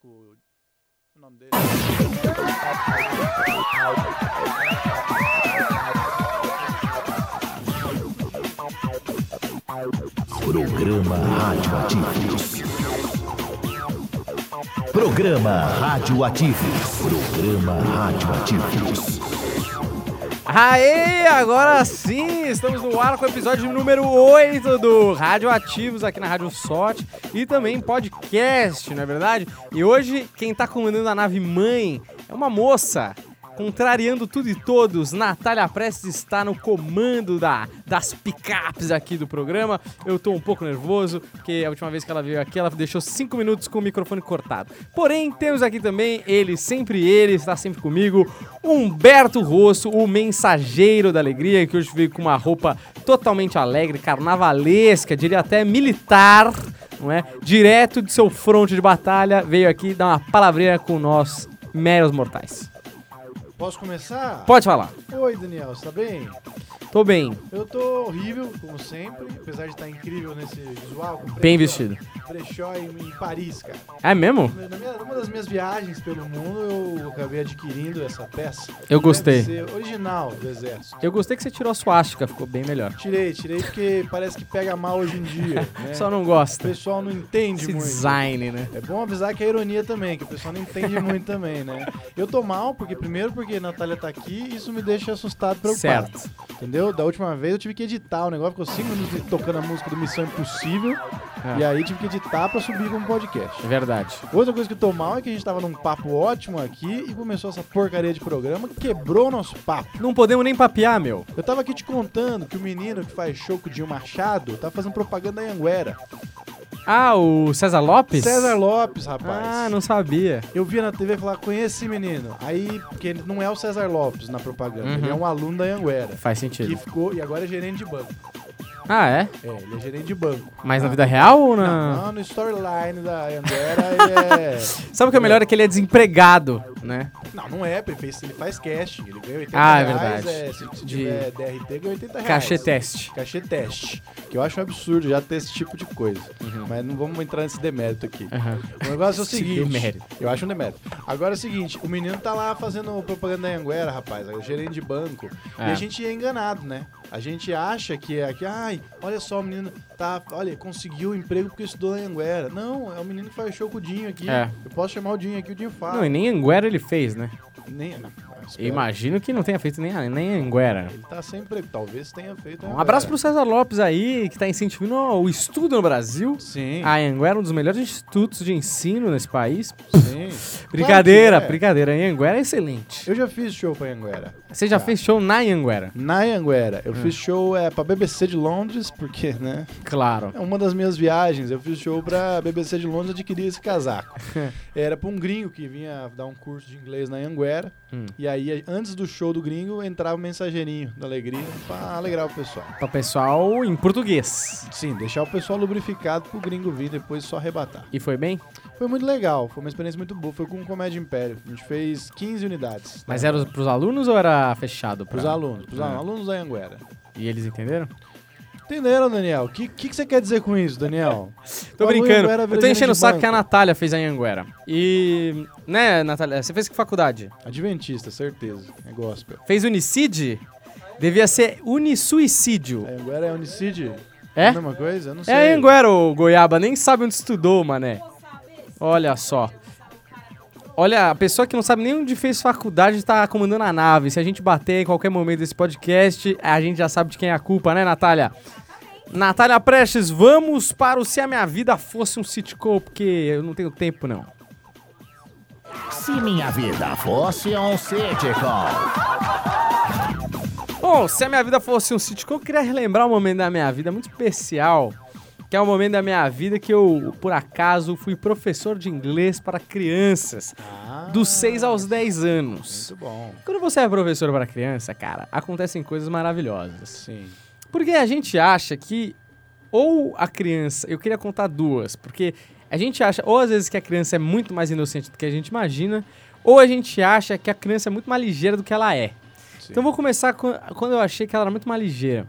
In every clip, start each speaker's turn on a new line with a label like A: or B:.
A: Francisco. O nome dele.
B: Programa Radioativos. Programa Radioativos. Programa Radioativos.
C: Aê, agora sim, estamos no ar com o episódio número 8 do Radioativos aqui na Rádio Sorte e também em podcast, não é verdade? E hoje quem tá comandando a nave mãe é uma moça. Contrariando tudo e todos, Natália Prestes está no comando da, das picapes aqui do programa. Eu tô um pouco nervoso, porque a última vez que ela veio aqui, ela deixou 5 minutos com o microfone cortado. Porém, temos aqui também ele, sempre ele, está sempre comigo, Humberto Rosso, o mensageiro da alegria, que hoje veio com uma roupa totalmente alegre, carnavalesca, diria até militar, não é? Direto de seu fronte de batalha, veio aqui dar uma palavrinha com nós, meros mortais.
D: Posso começar?
C: Pode falar.
D: Oi, Daniel, você tá bem?
C: Tô bem,
D: Eu tô horrível, como sempre, apesar de estar incrível nesse visual. com
C: bem
D: brechó-
C: vestido.
D: Brechó em, em Paris, cara.
C: É mesmo?
D: Na minha- numa das minhas viagens pelo mundo, eu acabei adquirindo essa peça.
C: Eu gostei.
D: Deve ser original do exército.
C: Eu gostei que você tirou a suástica, ficou bem melhor.
D: Tirei, tirei porque parece que pega mal hoje em dia, né?
C: Só não
D: O
C: gosta.
D: pessoal não entende
C: Esse
D: muito.
C: design, né?
D: É bom avisar que é ironia também, que o pessoal não entende muito também, né? Eu tô mal, porque primeiro porque a Natália tá aqui e isso me deixa assustado e preocupado.
C: Certo.
D: Entendeu? Da última vez eu tive que editar o negócio, ficou 5 minutos tocando a música do Missão Impossível.
C: É.
D: E aí tive que editar pra subir como podcast.
C: É verdade.
D: Outra coisa que eu tô mal é que a gente tava num papo ótimo aqui e começou essa porcaria de programa, quebrou o nosso papo.
C: Não podemos nem papear, meu.
D: Eu tava aqui te contando que o menino que faz show com o Dinho Machado tá fazendo propaganda em Anguera.
C: Ah, o César Lopes?
D: César Lopes, rapaz.
C: Ah, não sabia.
D: Eu via na TV falar, conhece esse menino. Aí, porque ele não é o César Lopes na propaganda,
C: Uhum.
D: ele é um aluno da Anguera.
C: Faz
D: Que
C: sentido.
D: ficou, e agora é gerente de banco.
C: Ah, é?
D: É, ele é gerente de banco.
C: Mas na vida real ou na.
D: Não, no storyline da Anguera ele é.
C: Sabe o que é melhor? É que ele é desempregado, né?
D: Não, não é, ele, fez, ele faz cash. Ele ganha 80
C: Ah, é
D: reais.
C: verdade.
D: é, se, se
C: De-
D: tiver DRT, ganha 80 reais.
C: Cachê teste.
D: Cachê teste. Que eu acho um absurdo já ter esse tipo de coisa.
C: Uhum.
D: Mas não vamos entrar nesse demérito aqui. O negócio é o
C: Esse
D: seguinte.
C: demérito.
D: Eu acho um demérito. Agora é o seguinte, o menino tá lá fazendo propaganda da Anguera, rapaz, é gerente de banco. E
C: É.
D: a gente é enganado, né? A gente acha que é que, ai, olha só, o menino tá, olha, conseguiu o emprego porque estudou na Anguera. Não, é o menino que faz show com o Dinho aqui.
C: É.
D: Eu posso chamar o Dinho aqui, o Dinho
C: Não,
D: fala.
C: e nem Anguera ele fez, né?
D: Nem, não, espera.
C: Eu imagino que não tenha feito nem, nem Anguera.
D: Ele tá sem emprego, talvez tenha feito.
C: Um
D: Anguera.
C: abraço pro César Lopes aí, que tá incentivando o estudo no Brasil.
D: Sim,
C: A Anguera é um dos melhores institutos de ensino nesse país.
D: sim.
C: Brincadeira,
D: Claro que é.
C: brincadeira. A Anguera é excelente.
D: Eu já fiz show pra Anguera.
C: Você já
D: Tá.
C: fez show na Anguera?
D: Na Anguera.
C: Hum.
D: Eu fiz show é, pra BBC de Londres, porque, né?
C: Claro.
D: É uma das minhas viagens. Eu fiz show pra BBC de Londres adquirir esse casaco. Era pra um gringo que vinha dar um curso de inglês na Anguera.
C: Hum.
D: E aí, antes do show do gringo, entrava o mensageirinho da alegria pra alegrar o pessoal.
C: Pra Então, pessoal em português.
D: Sim, deixar o pessoal lubrificado pro gringo vir depois só arrebatar.
C: E foi bem?
D: Foi muito legal, foi uma experiência muito boa. Foi com o Comédia Império. A gente fez 15 unidades.
C: Mas
D: né?
C: era pros alunos ou era fechado? pra-
D: Pros alunos, pros
C: É.
D: alunos da Anguera.
C: E eles entenderam?
D: Entenderam, Daniel? O que, que, que você quer dizer com isso, Daniel?
C: Tô
D: O aluno
C: brincando.
D: era
C: Eu tô
D: virgem
C: enchendo o
D: de
C: saco que a
D: banco.
C: Natália fez a Anguera. E. Né, Natália? Você fez que faculdade?
D: Adventista, certeza. É gospel.
C: Fez unicid? Devia ser unisuicídio.
D: A Anguera é unicídio?
C: É?
D: A mesma coisa? Eu não sei.
C: É a Anguera, ô goiaba. Nem sabe onde estudou, mané. Olha só. Olha, a pessoa que não sabe nem onde fez faculdade tá comandando a nave. Se a gente bater em qualquer momento desse podcast, a gente já sabe de quem é a culpa, né, Natália? Natália Prestes, vamos para o Se a Minha Vida Fosse um Sitcom, porque eu não tenho tempo, não.
B: Se minha vida fosse um sitcom.
C: Bom, se a minha vida fosse um sitcom, eu queria relembrar um momento da minha vida muito especial, que é um momento da minha vida que eu, por acaso, fui professor de inglês para crianças,
D: Ah,
C: dos 6 aos 10 anos.
D: Muito bom.
C: Quando você é professor para criança, cara, acontecem coisas maravilhosas.
D: Sim.
C: Porque a gente acha que ou a criança, eu queria contar duas, porque a gente acha ou às vezes que a criança é muito mais inocente do que a gente imagina, ou a gente acha que a criança é muito mais ligeira do que ela é.
D: Sim.
C: Então eu vou começar com- quando eu achei que ela era muito mais ligeira.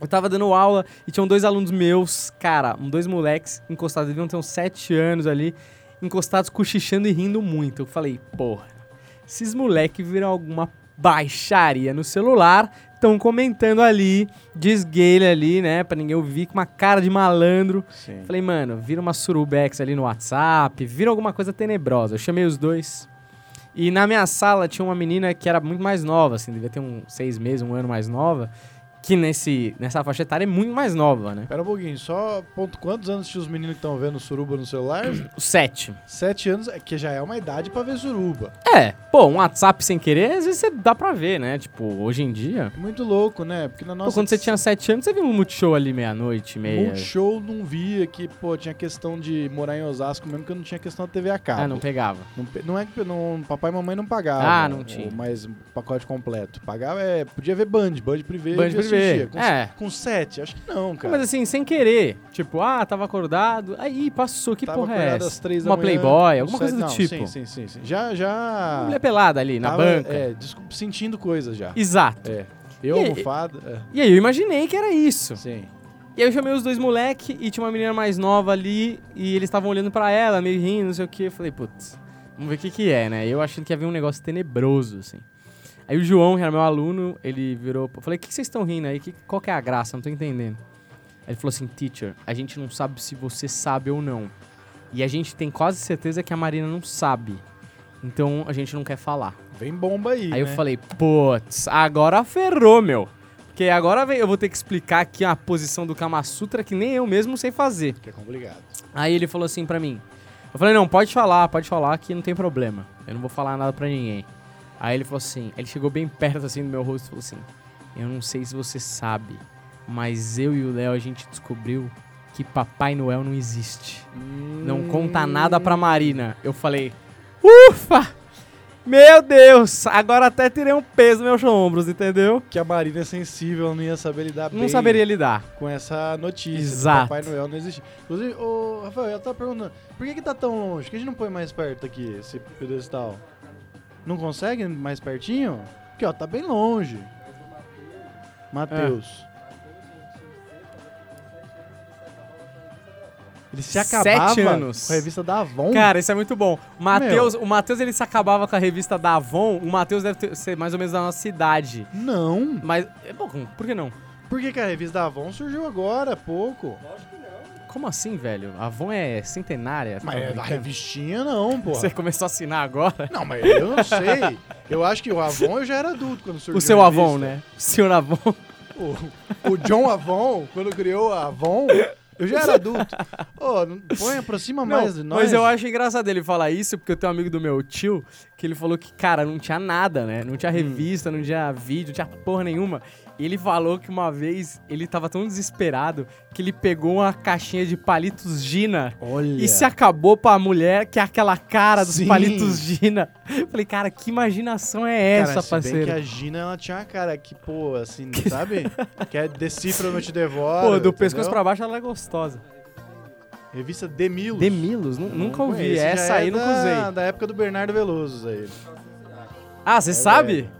C: Eu tava dando aula e tinham dois alunos meus, cara, um- dois moleques encostados, deviam ter uns sete anos ali. encostados, cochichando e rindo muito. Eu falei, porra, esses moleque viram alguma baixaria no celular, estão comentando ali, desgueile ali, né, pra ninguém ouvir, com uma cara de malandro.
D: Sim.
C: Falei, mano, vira uma surubex ali no WhatsApp, vira alguma coisa tenebrosa. Eu chamei os dois. E na minha sala tinha uma menina que era muito mais nova, assim, devia ter uns seis meses, um ano mais nova, que nesse, nessa faixa etária é muito mais nova, né?
D: Pera um pouquinho, só ponto quantos anos tinha os meninos que estão vendo suruba no celular?
C: Sete.
D: Sete anos, é que já é uma idade pra ver suruba.
C: É, pô, um WhatsApp sem querer, às vezes você dá pra ver, né? Tipo, hoje em dia.
D: É muito louco, né? Porque na
C: pô,
D: nossa.
C: quando você tinha sete anos, você viu um multishow ali meia-noite, meia.
D: Multishow não via que, pô, tinha questão de morar em Osasco mesmo que eu não tinha questão da TV a cabo.
C: Ah, não pegava.
D: Não, pe- não é que não, papai e mamãe não pagavam.
C: Ah, não
D: o-
C: tinha.
D: Mas o pacote completo. Pagava é. Podia ver Band, Band privê.
C: Band
D: e
C: privê.
D: assistia. Com,
C: É.
D: com sete? Acho que não, cara.
C: Mas assim, sem querer. Tipo, ah, tava acordado. Aí, passou, que
D: Tava
C: porra é
D: acordado
C: essa?
D: às três da
C: Uma
D: manhã,
C: Playboy,
D: com
C: alguma coisa
D: sete-
C: do
D: não,
C: tipo.
D: Sim, sim, sim, sim. Já, já.
C: Mulher pelada ali, na
D: tava-
C: banca.
D: É, desculpa, sentindo coisas já.
C: Exato.
D: É. Eu,
C: E-
D: almofada.
C: E aí eu imaginei que era isso.
D: É. Sim.
C: E aí eu chamei os dois moleque e tinha uma menina mais nova ali e eles estavam olhando pra ela, meio rindo, não sei o que. Eu falei, putz, vamos ver o que que é, né? Eu achando que havia um negócio tenebroso, assim. Aí o João, que era meu aluno, ele virou... Eu falei, o que que vocês estão rindo aí? Que, qual que é a graça? Não tô entendendo. Aí ele falou assim, teacher, a gente não sabe se você sabe ou não. E a gente tem quase certeza que a Marina não sabe. Então a gente não quer falar.
D: Vem bomba aí.
C: Aí eu
D: né?
C: falei, putz, agora ferrou, meu. Porque agora vem- eu vou ter que explicar aqui a posição do Kama Sutra que nem eu mesmo sei fazer.
D: Que é complicado.
C: Aí ele falou assim pra mim. Eu falei, não, pode falar, pode falar que não tem problema. Eu não vou falar nada pra ninguém. Aí ele falou assim, ele chegou bem perto assim do meu rosto e falou assim: Eu não sei se você sabe, mas eu e o Léo a gente descobriu que Papai Noel não existe. Não conta nada pra Marina. Eu falei, ufa! Meu Deus, agora até tirei um peso nos meus ombros, entendeu?
D: Que a Marina é sensível, ela não ia saber lidar
C: Não
D: bem
C: saberia lidar.
D: com essa notícia.
C: Exato.
D: Que Papai Noel não existe. Inclusive, ô, Rafael, eu tava perguntando, por que que tá tão longe? Por que a gente não põe mais perto aqui, esse pedestal? Não consegue mais pertinho? Porque, ó, tá bem longe. Matheus. Ele se
C: Sete
D: acabava
C: anos.
D: com a revista da Avon.
C: Cara, isso é muito bom. O Matheus, o Matheus ele se acabava com a revista da Avon. O Matheus deve ter- ser mais ou menos da nossa idade.
D: Não.
C: Mas, é bom, por que não?
D: Por que, que a revista da Avon surgiu agora, há pouco?
C: Como assim, velho? A Avon é centenária?
D: Mas é
C: Tá
D: da
C: brincando?
D: revistinha não, pô.
C: Você começou a assinar agora?
D: Não, mas eu não sei. Eu acho que o Avon eu já era adulto quando surgiu.
C: O seu
D: a
C: Avon,
D: revista.
C: né? O senhor Avon.
D: O, o John Avon, quando criou a Avon, eu já era adulto. Ô, não- põe, aproxima mais de
C: Não,
D: nós.
C: Mas eu acho engraçado ele falar isso, porque eu tenho um amigo do meu tio que ele falou que, cara, não tinha nada, né? Não
D: Hum.
C: tinha revista, não tinha vídeo, não tinha porra nenhuma. E ele falou que uma vez ele tava tão desesperado que ele pegou uma caixinha de palitos Gina
D: Olha.
C: e se acabou pra mulher, que é aquela cara dos
D: Sim.
C: palitos Gina. Eu Falei, cara, que imaginação é
D: cara,
C: essa,
D: se bem que
C: parceiro?
D: a Gina, ela tinha uma cara que, pô, assim, sabe? que é decifra, eu não te devoro.
C: Pô, do
D: entendeu?
C: pescoço pra baixo ela é gostosa.
D: Revista Demilos.
C: Demilos? Nu- nunca ouvi.
D: conheço, já
C: Essa
D: é
C: aí nunca
D: da-
C: usei.
D: Da época do Bernardo Veloso, isso aí.
C: Ah, você
D: É
C: sabe?
D: velho.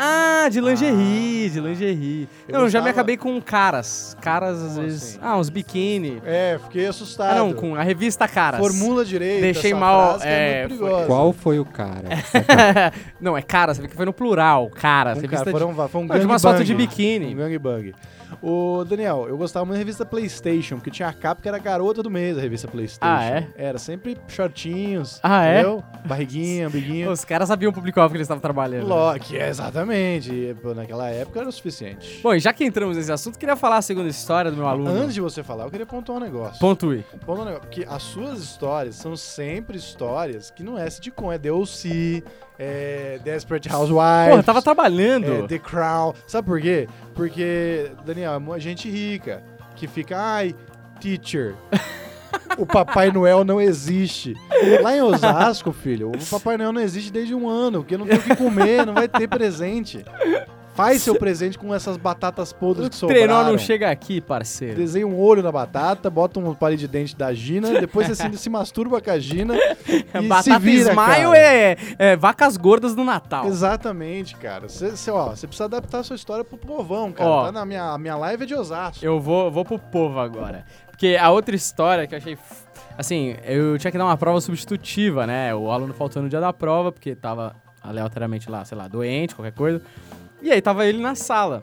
C: Ah, de lingerie, de lingerie.
D: Eu
C: não, eu já me
D: gostava-
C: acabei com caras. Caras, às
D: Como
C: vezes.
D: assim?
C: Ah, uns biquíni.
D: É, fiquei assustado.
C: Ah, não, com a revista Caras.
D: Formula direito.
C: Deixei
D: essa
C: mal,
D: frase que é,
C: é,
D: muito
C: foi-
D: perigosa.
E: Qual foi o cara?
C: não, é Caras, você vê que foi no plural. Caras,
D: Um
C: revista
D: cara, foram, va- foi um
C: Ah, de. Não, de umas
D: gangbang.
C: fotos de
D: Um
C: biquíni.
D: gangbang. O Daniel, eu gostava muito da revista PlayStation, porque tinha a capa que era a garota do mês, a revista PlayStation.
C: Ah, é?
D: Era sempre shortinhos.
C: Ah, é?
D: entendeu? Barriguinha, umbiguinho.
C: Os caras sabiam o público-alvo que eles estavam trabalhando.
D: Loki, é, exatamente. E, pô, naquela época era o suficiente.
C: Bom, e já que entramos nesse assunto, queria falar a segunda história do meu aluno.
D: Antes de você falar, eu queria pontuar um negócio.
C: Pontue.
D: Pontuar um negócio. Porque as suas histórias são sempre histórias que não é sitcom, é DLC, é Desperate Housewives.
C: Porra, eu tava trabalhando.
D: É, The Crown. Sabe por quê? Porque, Daniel, é mu- gente rica que fica, ai, teacher. O Papai Noel não existe. Lá em Osasco, filho, o Papai Noel não existe desde um ano, porque não tem o que comer, não vai ter presente. Faz seu presente com essas batatas podres que
C: o trenó
D: sobraram.
C: não chega aqui, parceiro.
D: Desenha um olho na batata, bota um palito de dente da Gina, depois você se, se masturba com a Gina e se
C: Batata
D: vira,
C: Smile
D: cara.
C: é, é vacas gordas do Natal.
D: Exatamente, cara. Você ó, cê precisa adaptar a sua história pro povão, cara.
C: Ó.
D: Tá na minha, a minha live é de Osasco.
C: Eu vou, vou pro povo agora. Porque a outra história que eu achei. f- Assim, eu tinha que dar uma prova substitutiva, né? O aluno faltou no dia da prova, porque tava aleatoriamente lá, sei lá, doente, qualquer coisa. E aí tava ele na sala.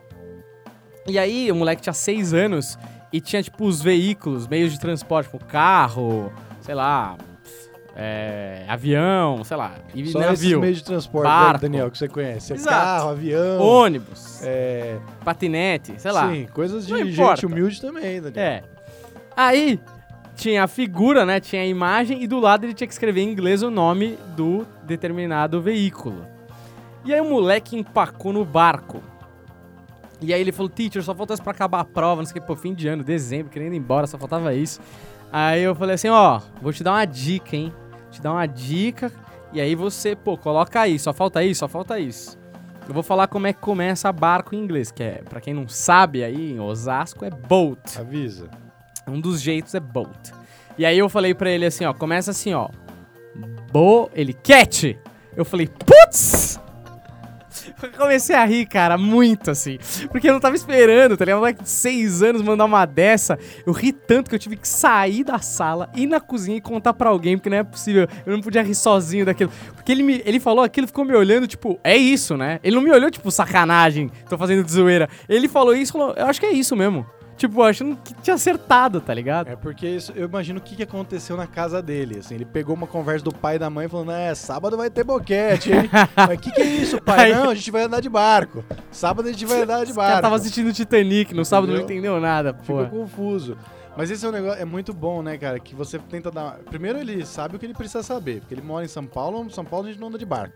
C: E aí o moleque tinha seis anos e tinha, tipo, os veículos, meios de transporte, tipo, carro, sei lá, é, avião, sei lá, e
D: Só esses
C: navio,
D: meios de transporte, né,
C: barco.
D: Daniel, que você conhece. É
C: Exato.
D: carro, avião,
C: ônibus,
D: é,
C: patinete, sei lá.
D: Sim, coisas de
C: Não
D: gente
C: importa.
D: humilde também, Daniel.
C: É. Aí tinha a figura, né? Tinha a imagem e do lado ele tinha que escrever em inglês o nome do determinado veículo. E aí o moleque empacou no barco. E aí ele falou, teacher, só falta isso pra acabar a prova, não sei o que, pô, fim de ano, dezembro, querendo ir embora, só faltava isso. Aí eu falei assim, ó, vou te dar uma dica, hein? Te dar uma dica, e aí você, pô, coloca aí, só falta isso, só falta isso. Eu vou falar como é que começa barco em inglês, que é, pra quem não sabe aí, em Osasco é boat.
D: Avisa.
C: Um dos jeitos é bolt. E aí eu falei pra ele assim, ó, começa assim, ó. Bo, ele cat. Eu falei, putz! Eu comecei a rir, cara, muito assim. Porque eu não tava esperando, tá ligado? Um moleque de seis anos mandar uma dessa. Eu ri tanto que eu tive que sair da sala, ir na cozinha e contar pra alguém, porque não é possível. Eu não podia rir sozinho daquilo. Porque ele, me, ele falou aquilo, ficou me olhando, tipo, é isso, né? Ele não me olhou, tipo, sacanagem, tô fazendo de zoeira. Ele falou isso, falou, eu acho que é isso mesmo. Tipo, achando que tinha acertado, tá ligado?
D: É porque isso, eu imagino o que, que aconteceu na casa dele. Assim, ele pegou uma conversa do pai e da mãe falando: É, sábado vai ter boquete, hein? Mas o que, que é isso, pai?
C: Aí-
D: Não, a gente vai andar de barco. Sábado a gente vai andar Tá de
C: O cara
D: barco.
C: tava assistindo Titanic no sábado, não
D: Entendeu?
C: entendeu nada, pô.
D: Ficou confuso. Mas esse é um negócio, é muito bom, né, cara? Que você tenta dar. Primeiro, ele sabe o que ele precisa saber, porque ele mora em São Paulo, em São Paulo a gente não anda de barco.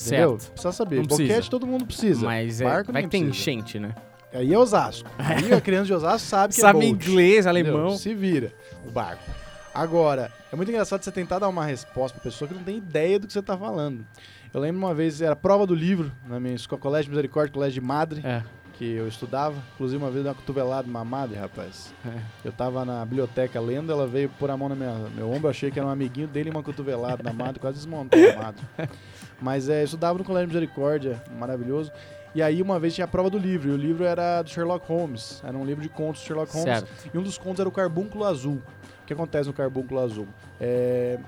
D: Entendeu?
C: Certo.
D: Precisa saber.
C: Não
D: boquete
C: precisa.
D: todo mundo precisa.
C: Mas é,
D: barco
C: vai
D: ninguém
C: que tem
D: precisa.
C: enchente, né?
D: Aí é Osasco. Aí a criança de Osasco sabe que
C: Sabe
D: é bold.
C: inglês,
D: Entendeu?
C: alemão.
D: Se vira o barco. Agora, é muito engraçado você tentar dar uma resposta pra pessoa que não tem ideia do que você tá falando. Eu lembro uma vez, era prova do livro, na minha escola, Colégio de Misericórdia, Colégio de Madre,
C: É.
D: que eu estudava. Inclusive, uma vez eu dei uma cotovelada numa madre, rapaz.
C: é,
D: Eu tava na biblioteca lendo, ela veio pôr a mão no meu, meu ombro, eu achei que era um amiguinho dele e uma cotovelada na madre, quase desmontou a madre. Mas é, eu estudava no Colégio de Misericórdia, maravilhoso. E aí, uma vez tinha a prova do livro, e o livro era do Sherlock Holmes. Era um livro de contos do Sherlock Holmes.
C: Certo.
D: E um dos contos era o carbúnculo azul. O que acontece no carbúnculo azul? É,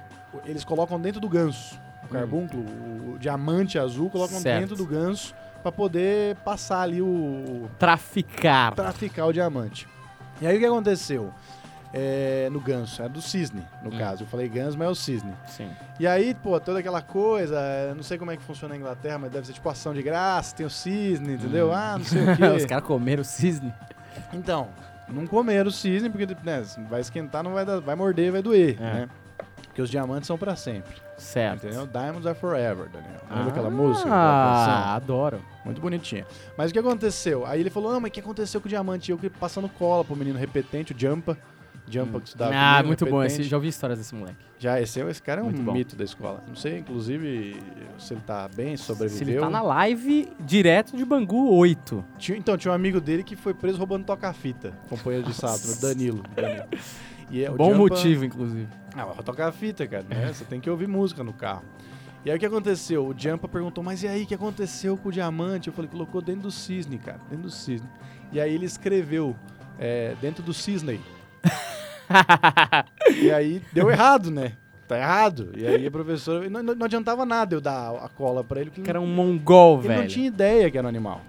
D: eles colocam dentro do ganso. O carbúnculo, o diamante azul, colocam
C: Hum. Certo.
D: dentro do ganso para poder passar ali o.
C: Traficar.
D: traficar o diamante. E aí o que aconteceu? É, no ganso, era do cisne, no
C: Hum.
D: caso. Eu falei ganso, mas é o cisne.
C: Sim.
D: E aí, pô, toda aquela coisa, eu não sei como é que funciona na Inglaterra, mas deve ser tipo ação de graça, tem o cisne, entendeu? Ah, não sei o quê.
C: Hum. Os caras comeram o cisne.
D: Então, não comer o cisne, porque né, vai esquentar, não vai, dar- vai morder, vai doer,
C: É.
D: né? Porque os diamantes são pra sempre,
C: Certo.
D: entendeu? Diamonds are forever, Daniel. Lembra
C: Ah,
D: aquela música? aquela canção?
C: Ah, adoro.
D: Muito bonitinha. Mas o que aconteceu? Aí ele falou, ah, mas o que aconteceu com o diamante? E eu que passando cola pro menino repetente, o Jampa. Jampa que estudava
C: Ah,
D: comigo,
C: muito bom. Esse,
D: repetente.
C: já ouvi histórias desse moleque.
D: Já, esse, esse cara é um
C: Muito bom.
D: mito da escola. Não sei, inclusive, se ele tá bem, se sobreviveu.
C: Se ele tá na live direto de Bangu 8.
D: Tinha- então, tinha um amigo dele que foi preso roubando toca-fita. Companheiro de sábado, Danilo. Danilo. E é, o
C: bom
D: Jampa-
C: motivo, inclusive.
D: Ah, vai tocar a fita, cara. né? Você tem que ouvir música no carro. E aí o que aconteceu? O Jampa perguntou, mas e aí, o que aconteceu com o diamante? Eu falei, colocou dentro do cisne, cara. Dentro do cisne. E aí ele escreveu, é, dentro do cisne. E aí deu errado, né? Tá errado. E aí o professor... Não, não- não adiantava nada eu dar a cola pra ele, porque
C: que era
D: ele,
C: um mongol,
D: ele
C: velho.
D: não tinha ideia que era um animal.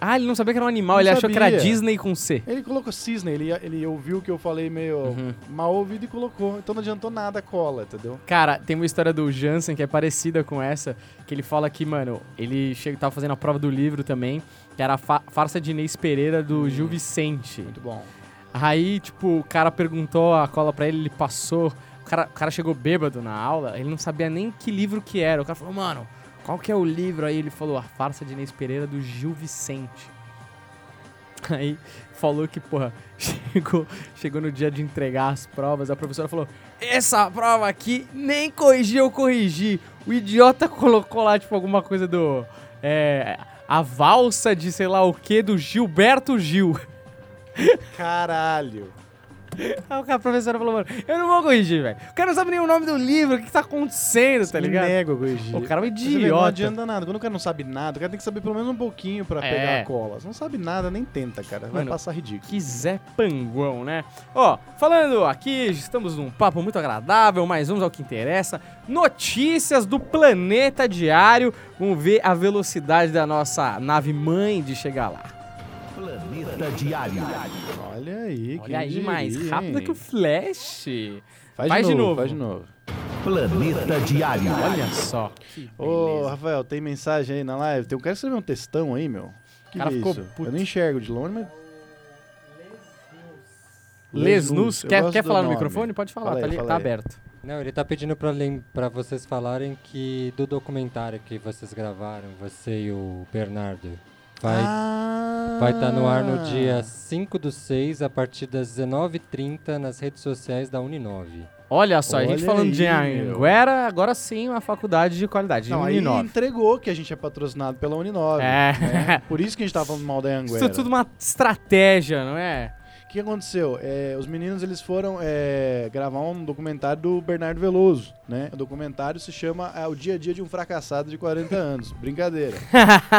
C: Ah, ele não sabia que era um animal.
D: Não
C: ele achou que era
D: sabia.
C: Disney com C.
D: Ele colocou cisne, ele, ele ouviu o que eu falei meio
C: Uhum.
D: mal ouvido e colocou. Então não adiantou nada a cola, entendeu?
C: Cara, tem uma história do Jansen que é parecida com essa, que ele fala que, mano, ele chega, tava fazendo a prova do livro também, que era a fa- farsa de Inês Pereira do Gil Vicente.
D: Muito bom.
C: Aí, tipo, o cara perguntou a cola pra ele, ele passou. O cara, o cara chegou bêbado na aula, ele não sabia nem que livro que era. O cara falou, mano, qual que é o livro aí? Ele falou, A Farsa de Inês Pereira do Gil Vicente. Aí falou que, porra, chegou, chegou no dia de entregar as provas, a professora falou: Essa prova aqui nem corrigi, eu corrigi. O idiota colocou lá, tipo, alguma coisa do. É. A valsa de sei lá o que do Gilberto Gil.
D: Caralho.
C: Aí o cara, a professora falou, mano, eu não vou corrigir, velho. O cara não sabe nem o nome do livro, o que, que tá acontecendo, tá ligado?
D: Me nego a corrigir.
C: O cara é um
D: Mas, velho, Não
C: idiota.
D: adianta nada. Quando o cara não sabe nada, o cara tem que saber pelo menos um pouquinho pra
C: É.
D: pegar a cola. Se não sabe nada, nem tenta, cara. Vai
C: Mano,
D: passar ridículo.
C: Que Zé Panguão, né? Ó, falando aqui, estamos num papo muito agradável, mas vamos ao que interessa. Notícias do planeta diário. Vamos ver a velocidade da nossa nave mãe de chegar lá.
B: Planeta Diário.
D: Olha aí. que
C: Olha aí,
D: diria,
C: mais
D: hein?
C: rápido que o Flash.
D: Faz,
C: Faz
D: de,
C: de
D: novo,
C: novo.
D: Faz de novo.
B: Planeta Diário.
C: Olha só. que
D: Ô,
C: beleza.
D: Rafael, tem mensagem aí na live? Tem um cara que escreveu um textão aí, meu. Que
C: cara
D: que é
C: ficou
D: isso?
C: puto.
D: Eu não enxergo de longe, mas...
C: Lesnus,
D: Eu
C: quer,
D: gosto
C: quer
D: do
C: falar no
D: nome.
C: microfone? Pode falar,
D: Fala aí,
C: tá, ali-
D: fala
C: tá
D: aí.
C: aberto.
E: Não, ele tá pedindo pra, lem- pra vocês falarem que do documentário que vocês gravaram, você e o Bernardo, vai estar
D: Ah!
E: no ar no dia 5 do 6, a partir das 19h30, nas redes sociais da Uninove.
C: Olha só, a gente
D: Olha
C: falando
D: aí,
C: de
D: meu.
C: Anguera, agora sim uma faculdade de qualidade, de
D: Não, aí
C: Uninove.
D: entregou que a gente é patrocinado pela Uninove.
C: É,
D: Por isso que a gente tava falando mal da
C: isso
D: né? Anguera.
C: é tudo uma estratégia, não é?
D: O que aconteceu? É, os meninos eles foram é, gravar um documentário do Bernardo Veloso, né? O documentário se chama é, O Dia a Dia de um Fracassado de 40 Anos. Brincadeira.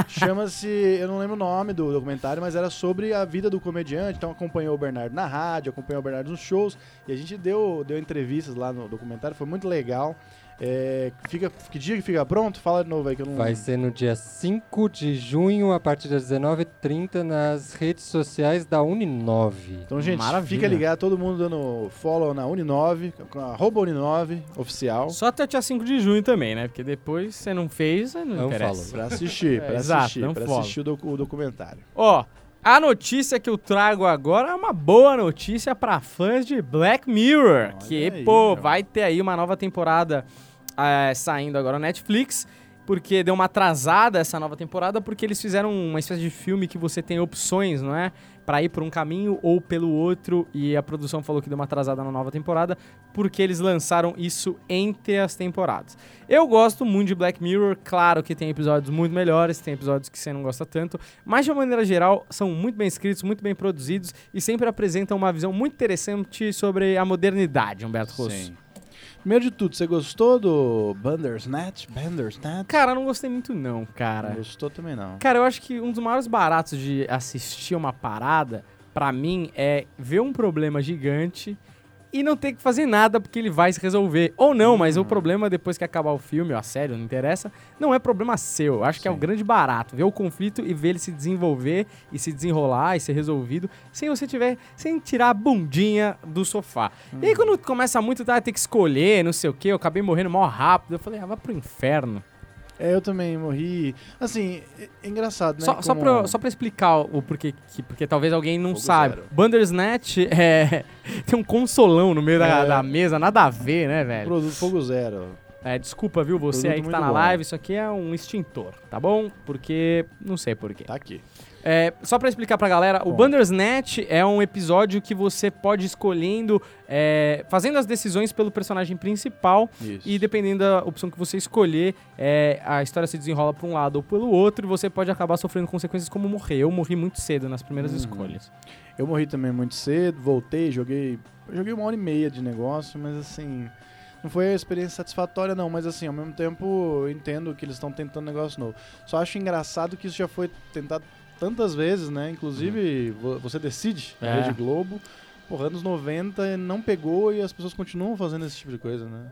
D: Chama-se, eu não lembro o nome do documentário, mas era sobre a vida do comediante. Então acompanhou o Bernardo na rádio, acompanhou o Bernardo nos shows e a gente deu, deu entrevistas lá no documentário. Foi muito legal. É, fica, que dia que fica pronto? Fala de novo aí que eu não
E: Vai ser no dia 5 de junho, a partir das 19h30, nas redes sociais da Uninove.
D: Então, gente,
C: Maravilha.
D: fica ligado, todo mundo dando follow na Uni9, com a arroba Uni9 oficial.
C: Só até o dia 5 de junho também, né? Porque depois você não fez, né? não,
E: Não
C: interessa.
D: Pra assistir, pra
C: exato,
D: assistir,
C: não
D: pra
C: follow.
D: assistir o, docu- o documentário.
C: Ó, a notícia que eu trago agora é uma boa notícia pra fãs de Black Mirror,
D: Olha
C: que,
D: aí,
C: pô,
D: meu.
C: vai ter aí uma nova temporada eh, saindo agora na Netflix, porque deu uma atrasada essa nova temporada, porque eles fizeram uma espécie de filme que você tem opções, não é? Pra ir por um caminho ou pelo outro, e a produção falou que deu uma atrasada na nova temporada, porque eles lançaram isso entre as temporadas. Eu gosto muito de Black Mirror, claro que tem episódios muito melhores, tem episódios que você não gosta tanto, mas de uma maneira geral são muito bem escritos, muito bem produzidos e sempre apresentam uma visão muito interessante sobre a modernidade, Humberto Rosso.
D: Primeiro de tudo, você gostou do Bandersnatch? Bandersnatch?
C: Cara, eu não gostei muito não, cara.
D: Não gostou também não.
C: Cara, eu acho que um dos maiores baratos de assistir uma parada, pra mim, é ver um problema gigante e não ter que fazer nada porque ele vai se resolver. Ou não, mas o problema depois que acabar o filme, ou a série, não interessa, não é problema seu. Eu acho que é o
D: Sim.
C: grande barato. Ver o conflito e ver ele se desenvolver e se desenrolar e ser resolvido sem você tiver, sem tirar a bundinha do sofá. E aí quando começa muito, tá, ter que escolher, não sei o quê, eu acabei morrendo mal rápido. Eu falei, ah, vai pro inferno.
D: É, eu também morri. Assim, é, é engraçado, né?
C: Só, só,
D: como-
C: pra, só pra explicar o porquê, que- porque talvez alguém não
D: Fogo
C: saiba.
D: zero.
C: Bandersnatch é, tem um consolão no meio da,
D: É.
C: da mesa, nada a ver, né, velho?
D: Produto Fogo Zero.
C: É, desculpa, viu, você
D: Produto
C: aí que tá
D: muito
C: na
D: bom.
C: live, isso aqui é um extintor, tá bom? Porque, não sei porquê.
D: Tá aqui.
C: É, só pra explicar pra galera, o
D: Bom.
C: Bandersnatch é um episódio que você pode ir escolhendo, é, fazendo as decisões pelo personagem principal
D: Isso.
C: e dependendo da opção que você escolher, é, a história se desenrola para um lado ou pelo outro e você pode acabar sofrendo consequências como morrer. Eu morri muito cedo nas primeiras
D: Hum.
C: escolhas.
D: Eu morri também muito cedo, voltei, joguei. eu Joguei uma hora e meia de negócio, mas assim. Não foi a experiência satisfatória, não, mas assim, ao mesmo tempo eu entendo que eles estão tentando um negócio novo. Só acho engraçado que isso já foi tentado tantas vezes, né? Inclusive, vo- você decide,
C: Uhum. É.
D: na Rede Globo. Porra, anos 90 não pegou e as pessoas continuam fazendo esse tipo de coisa, né?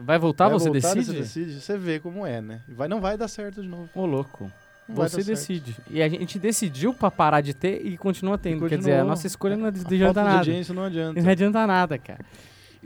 C: Vai voltar,
D: Vai
C: Tá, você
D: voltar, né, Você
C: decide?
D: decide, você vê como é, né? E Vai, não vai dar certo de novo.
C: Ô, louco.
D: Não vai
C: você
D: dar certo.
C: decide. E a gente decidiu pra parar de ter e continua tendo. Quer dizer, a
D: continuou.
C: nossa escolha não
D: A falta
C: adianta
D: de
C: nada.
D: audiência não adianta.
C: Não adianta nada, cara.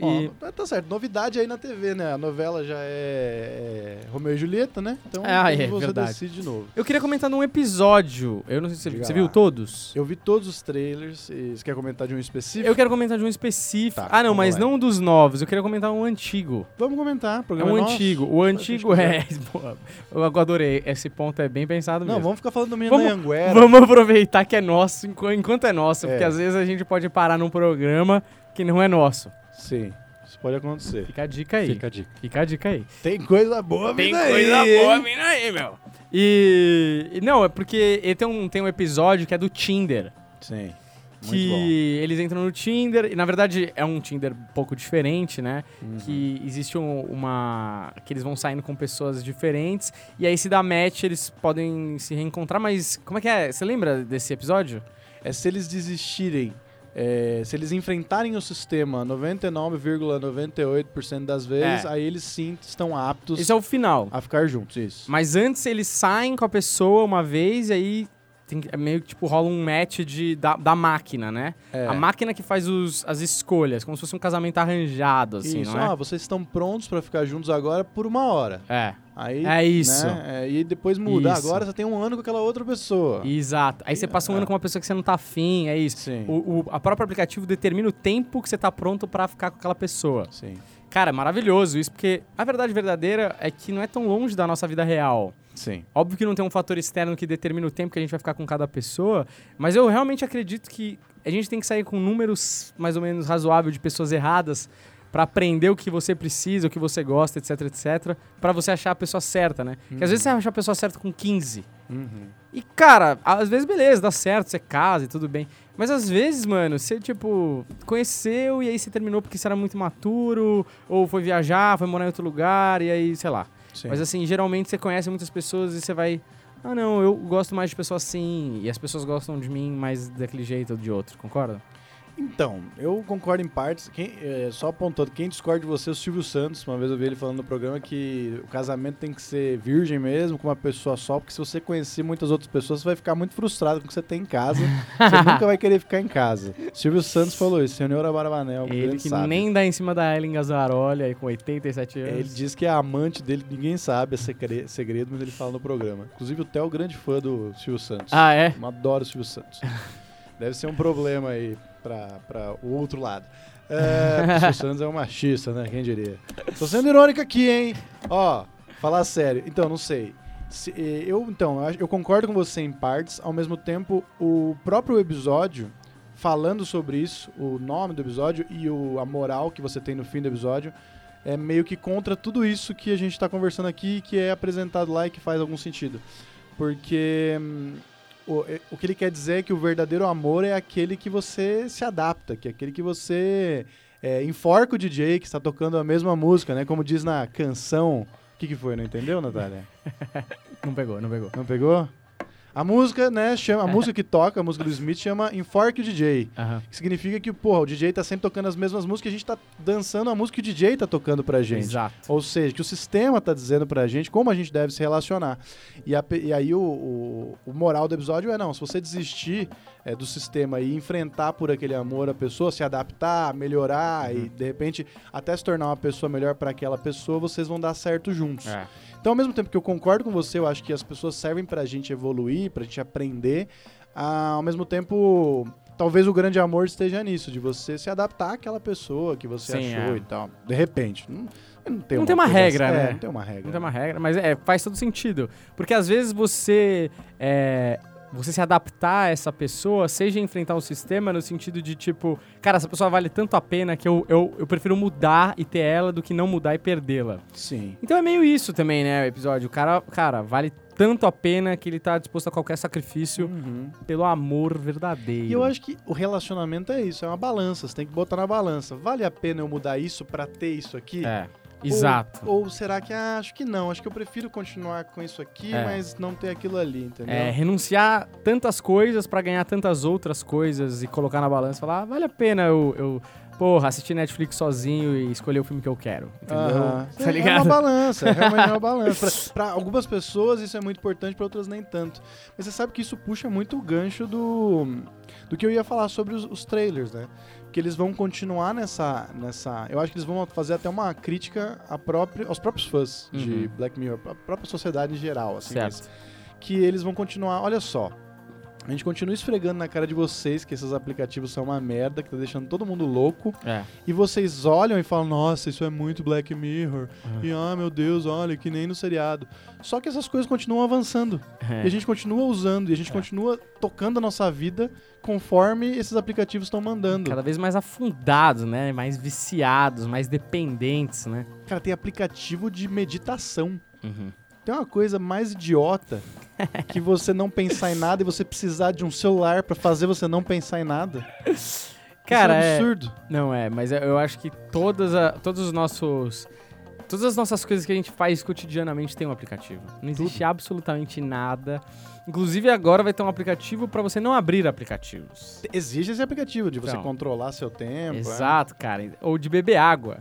D: Ó,
C: E-
D: tá- tá certo, novidade aí na TV, né? A novela já é, é Romeu e Julieta, né? Então
C: Ah,
D: tudo
C: é,
D: você
C: verdade.
D: decide de novo.
C: Eu queria comentar num episódio. Eu não sei se você,
D: Diga
C: você
D: lá.
C: viu todos.
D: Eu vi todos os trailers. e Você quer comentar de um específico?
C: Eu quero comentar de um específico.
D: Tá,
C: ah, não,
D: vamos
C: mas
D: lá.
C: não um dos novos. Eu queria comentar um antigo.
D: Vamos comentar. o
C: É
D: Programa
C: um
D: nosso.
C: antigo. O
D: Faz o que
C: antigo
D: a
C: é. Boa. Eu adorei. Esse ponto é bem pensado
D: Não,
C: mesmo.
D: vamos ficar falando do menino
C: Vamos-
D: da Anguera.
C: Vamos aproveitar que é nosso enqu- enquanto é nosso,
D: É.
C: porque às vezes a gente pode parar num programa que não é nosso.
D: Sim, isso pode acontecer.
C: Fica a dica aí. Fica,
E: Fica a dica.
C: a dica aí.
D: Tem coisa boa vindo aí, hein?
C: mina aí, meu. E. e Não, é porque ele tem um, tem um episódio que é do Tinder.
D: Sim.
C: que eles entram no Tinder, e na verdade é um Tinder um pouco diferente, né?
D: Uhum.
C: Que existe um- uma. que eles vão saindo com pessoas diferentes, e aí se dá match, eles podem se reencontrar, mas como é que é? Você lembra desse episódio?
D: É se eles desistirem, é, se eles enfrentarem o sistema 99,98% das vezes,
C: É.
D: aí eles sim estão aptos
C: Esse é o final.
D: a ficar juntos. Isso.
C: Mas antes eles saem com a pessoa uma vez, e aí tem, que- é meio que tipo rola um match de, da, da máquina, né?
D: É.
C: A máquina que faz os- as escolhas, como se fosse um casamento arranjado, assim,
D: isso,
C: não
D: ah, vocês estão prontos pra ficar juntos agora por uma hora.
C: é? É.
D: Aí,
C: É isso.
D: né, é, e depois muda.
C: Isso.
D: Agora você tem um ano com aquela outra pessoa.
C: Exato. Aí você
D: É,
C: passa um ano com uma pessoa que você não tá afim, é isso.
D: Sim.
C: O, o- a próprio aplicativo determina o tempo que você tá pronto pra ficar com aquela pessoa.
D: Sim.
C: Cara, é maravilhoso isso, porque a verdade verdadeira é que não é tão longe da nossa vida real.
D: Sim.
C: Óbvio que não tem um fator externo que determina o tempo que a gente vai ficar com cada pessoa, mas eu realmente acredito que a gente tem que sair com números mais ou menos razoável de pessoas erradas pra aprender o que você precisa, o que você gosta, etc, etc, pra você achar a pessoa certa, né? Porque às vezes você acha a pessoa certa com 15. E cara, às vezes beleza, dá certo, você casa e tudo bem. Mas às vezes, mano, você tipo conheceu e aí você terminou porque você era muito imaturo, ou foi viajar, foi morar em outro lugar e aí, sei lá.
D: Sim.
C: Mas assim, geralmente você conhece muitas pessoas e você vai. Ah, não, eu gosto mais de pessoas assim. E as pessoas gostam de mim mais daquele jeito ou de outro, concorda?
D: Então, eu concordo em partes. Quem- é, só apontando, quem discorda de você é o Silvio Santos. Uma vez eu vi ele falando no programa que o casamento tem que ser virgem mesmo, com uma pessoa só, porque se você conhecer muitas outras pessoas, você vai ficar muito frustrado com o que você tem em casa. você nunca vai querer ficar em casa. Silvio Santos falou isso, senhor Abarabanel,
C: Ele que nem dá em cima da Ellen Gazzaroli aí com 87 anos.
D: Ele diz que é a amante dele, ninguém sabe, é segre- segredo, mas ele fala no programa. Inclusive o Theo é um grande fã do Silvio Santos.
C: Ah, é?
D: Eu adoro o Silvio Santos. Deve ser um problema aí pra, pra o outro lado. É, porque o Silvio Santos é um machista, né? Quem diria? Tô sendo irônico aqui, hein? Ó, falar sério. Então, não sei. Se- eh, eu, então, eu acho- eu concordo com você em partes. Ao mesmo tempo, o próprio episódio, falando sobre isso, o nome do episódio e o, a moral que você tem no fim do episódio, é meio que contra tudo isso que a gente tá conversando aqui, que é apresentado lá e que faz algum sentido. Porque hum, o, é- o que ele quer dizer é que o verdadeiro amor é aquele que você se adapta, que é aquele que você é, enforca o DJ que está tocando a mesma música, né? Como diz na canção. O que, que foi? Não entendeu, Natália?
C: Não pegou, não pegou.
D: Não pegou? A música, né? Chama, a música que toca, a música do Smith, chama Enforque o DJ.
C: Aham.
D: Que significa que, porra, o DJ tá sempre tocando as mesmas músicas, a gente tá dançando a música que o DJ tá tocando pra gente.
C: Exato.
D: Ou seja, que o sistema tá dizendo pra gente como a gente deve se relacionar. E, a pe- e aí o, o- o moral do episódio é não, se você desistir é, do sistema e enfrentar por aquele amor a pessoa, se adaptar, melhorar
C: Uhum.
D: e de repente até se tornar uma pessoa melhor pra aquela pessoa, vocês vão dar certo juntos.
C: É.
D: Então, ao mesmo tempo que eu concordo com você, eu acho que as pessoas servem pra gente evoluir, pra gente aprender. ah, ao mesmo tempo, talvez o grande amor esteja nisso, de você se adaptar àquela pessoa que você
C: Sim,
D: achou
C: é.
D: e tal. De repente. Não, não tem
C: Não tem uma
D: coisa
C: regra,
D: assim. É,
C: né?
D: não tem uma regra.
C: Não tem uma regra, mas é, faz todo sentido. Porque às vezes você. é, você se adaptar a essa pessoa, seja enfrentar um sistema no sentido de tipo, cara, essa pessoa vale tanto a pena que eu, eu, eu prefiro mudar e ter ela do que não mudar e perdê-la.
D: Sim.
C: Então é meio isso também, né, o episódio. O cara, cara, vale tanto a pena que ele tá disposto a qualquer sacrifício pelo amor verdadeiro.
D: Uhum. E eu acho que o relacionamento é isso, é uma balança. Você tem que botar na balança. Vale a pena eu mudar isso pra ter isso aqui?
C: É,
D: Ou-
C: exato.
D: Ou, será que ah, acho que não? Acho que eu prefiro continuar com isso aqui,
C: É.
D: mas não ter aquilo ali, entendeu?
C: É, renunciar tantas coisas pra ganhar tantas outras coisas e colocar na balança e falar, ah, vale a pena eu, eu, porra, assistir Netflix sozinho e escolher o filme que eu quero. Entendeu?
D: Aham. É
C: Tá
D: uma
C: ligado?
D: balança, realmente é uma balança. Pra, pra algumas pessoas isso é muito importante, pra outras nem tanto. Mas você sabe que isso puxa muito o gancho do, do que eu ia falar sobre os, os trailers, né? Que eles vão continuar nessa, nessa. Eu acho que eles vão fazer até uma crítica à própria, aos próprios fãs de
C: Uhum.
D: Black Mirror, à própria sociedade em geral, assim. mas
C: certo.
D: Que eles vão continuar. Olha só. A gente continua esfregando na cara de vocês que esses aplicativos são uma merda, que tá deixando todo mundo louco
C: É.
D: e vocês olham e falam, nossa, isso é muito Black Mirror.
C: É.
D: E ah, meu Deus, olha, que nem no seriado. Só que essas coisas continuam avançando.
C: É.
D: E a gente continua usando, e a gente continua tocando a nossa vida conforme esses aplicativos estão mandando.
C: Cada vez mais afundados, né? Mais viciados, mais dependentes, né?
D: Cara, tem aplicativo de meditação. Tem uma coisa mais idiota que você não pensar em nada e você precisar de um celular pra fazer você não pensar em nada.
C: Cara,
D: Isso é um
C: é-
D: absurdo.
C: Não é, mas eu acho que todas a- todos os nossos. Todas as nossas coisas que a gente faz cotidianamente tem um aplicativo. Não existe absolutamente nada. Inclusive agora vai ter um aplicativo pra você não abrir aplicativos.
D: Existe esse aplicativo de você
C: Então.
D: controlar seu tempo. é.
C: Exato, cara. Ou de beber água.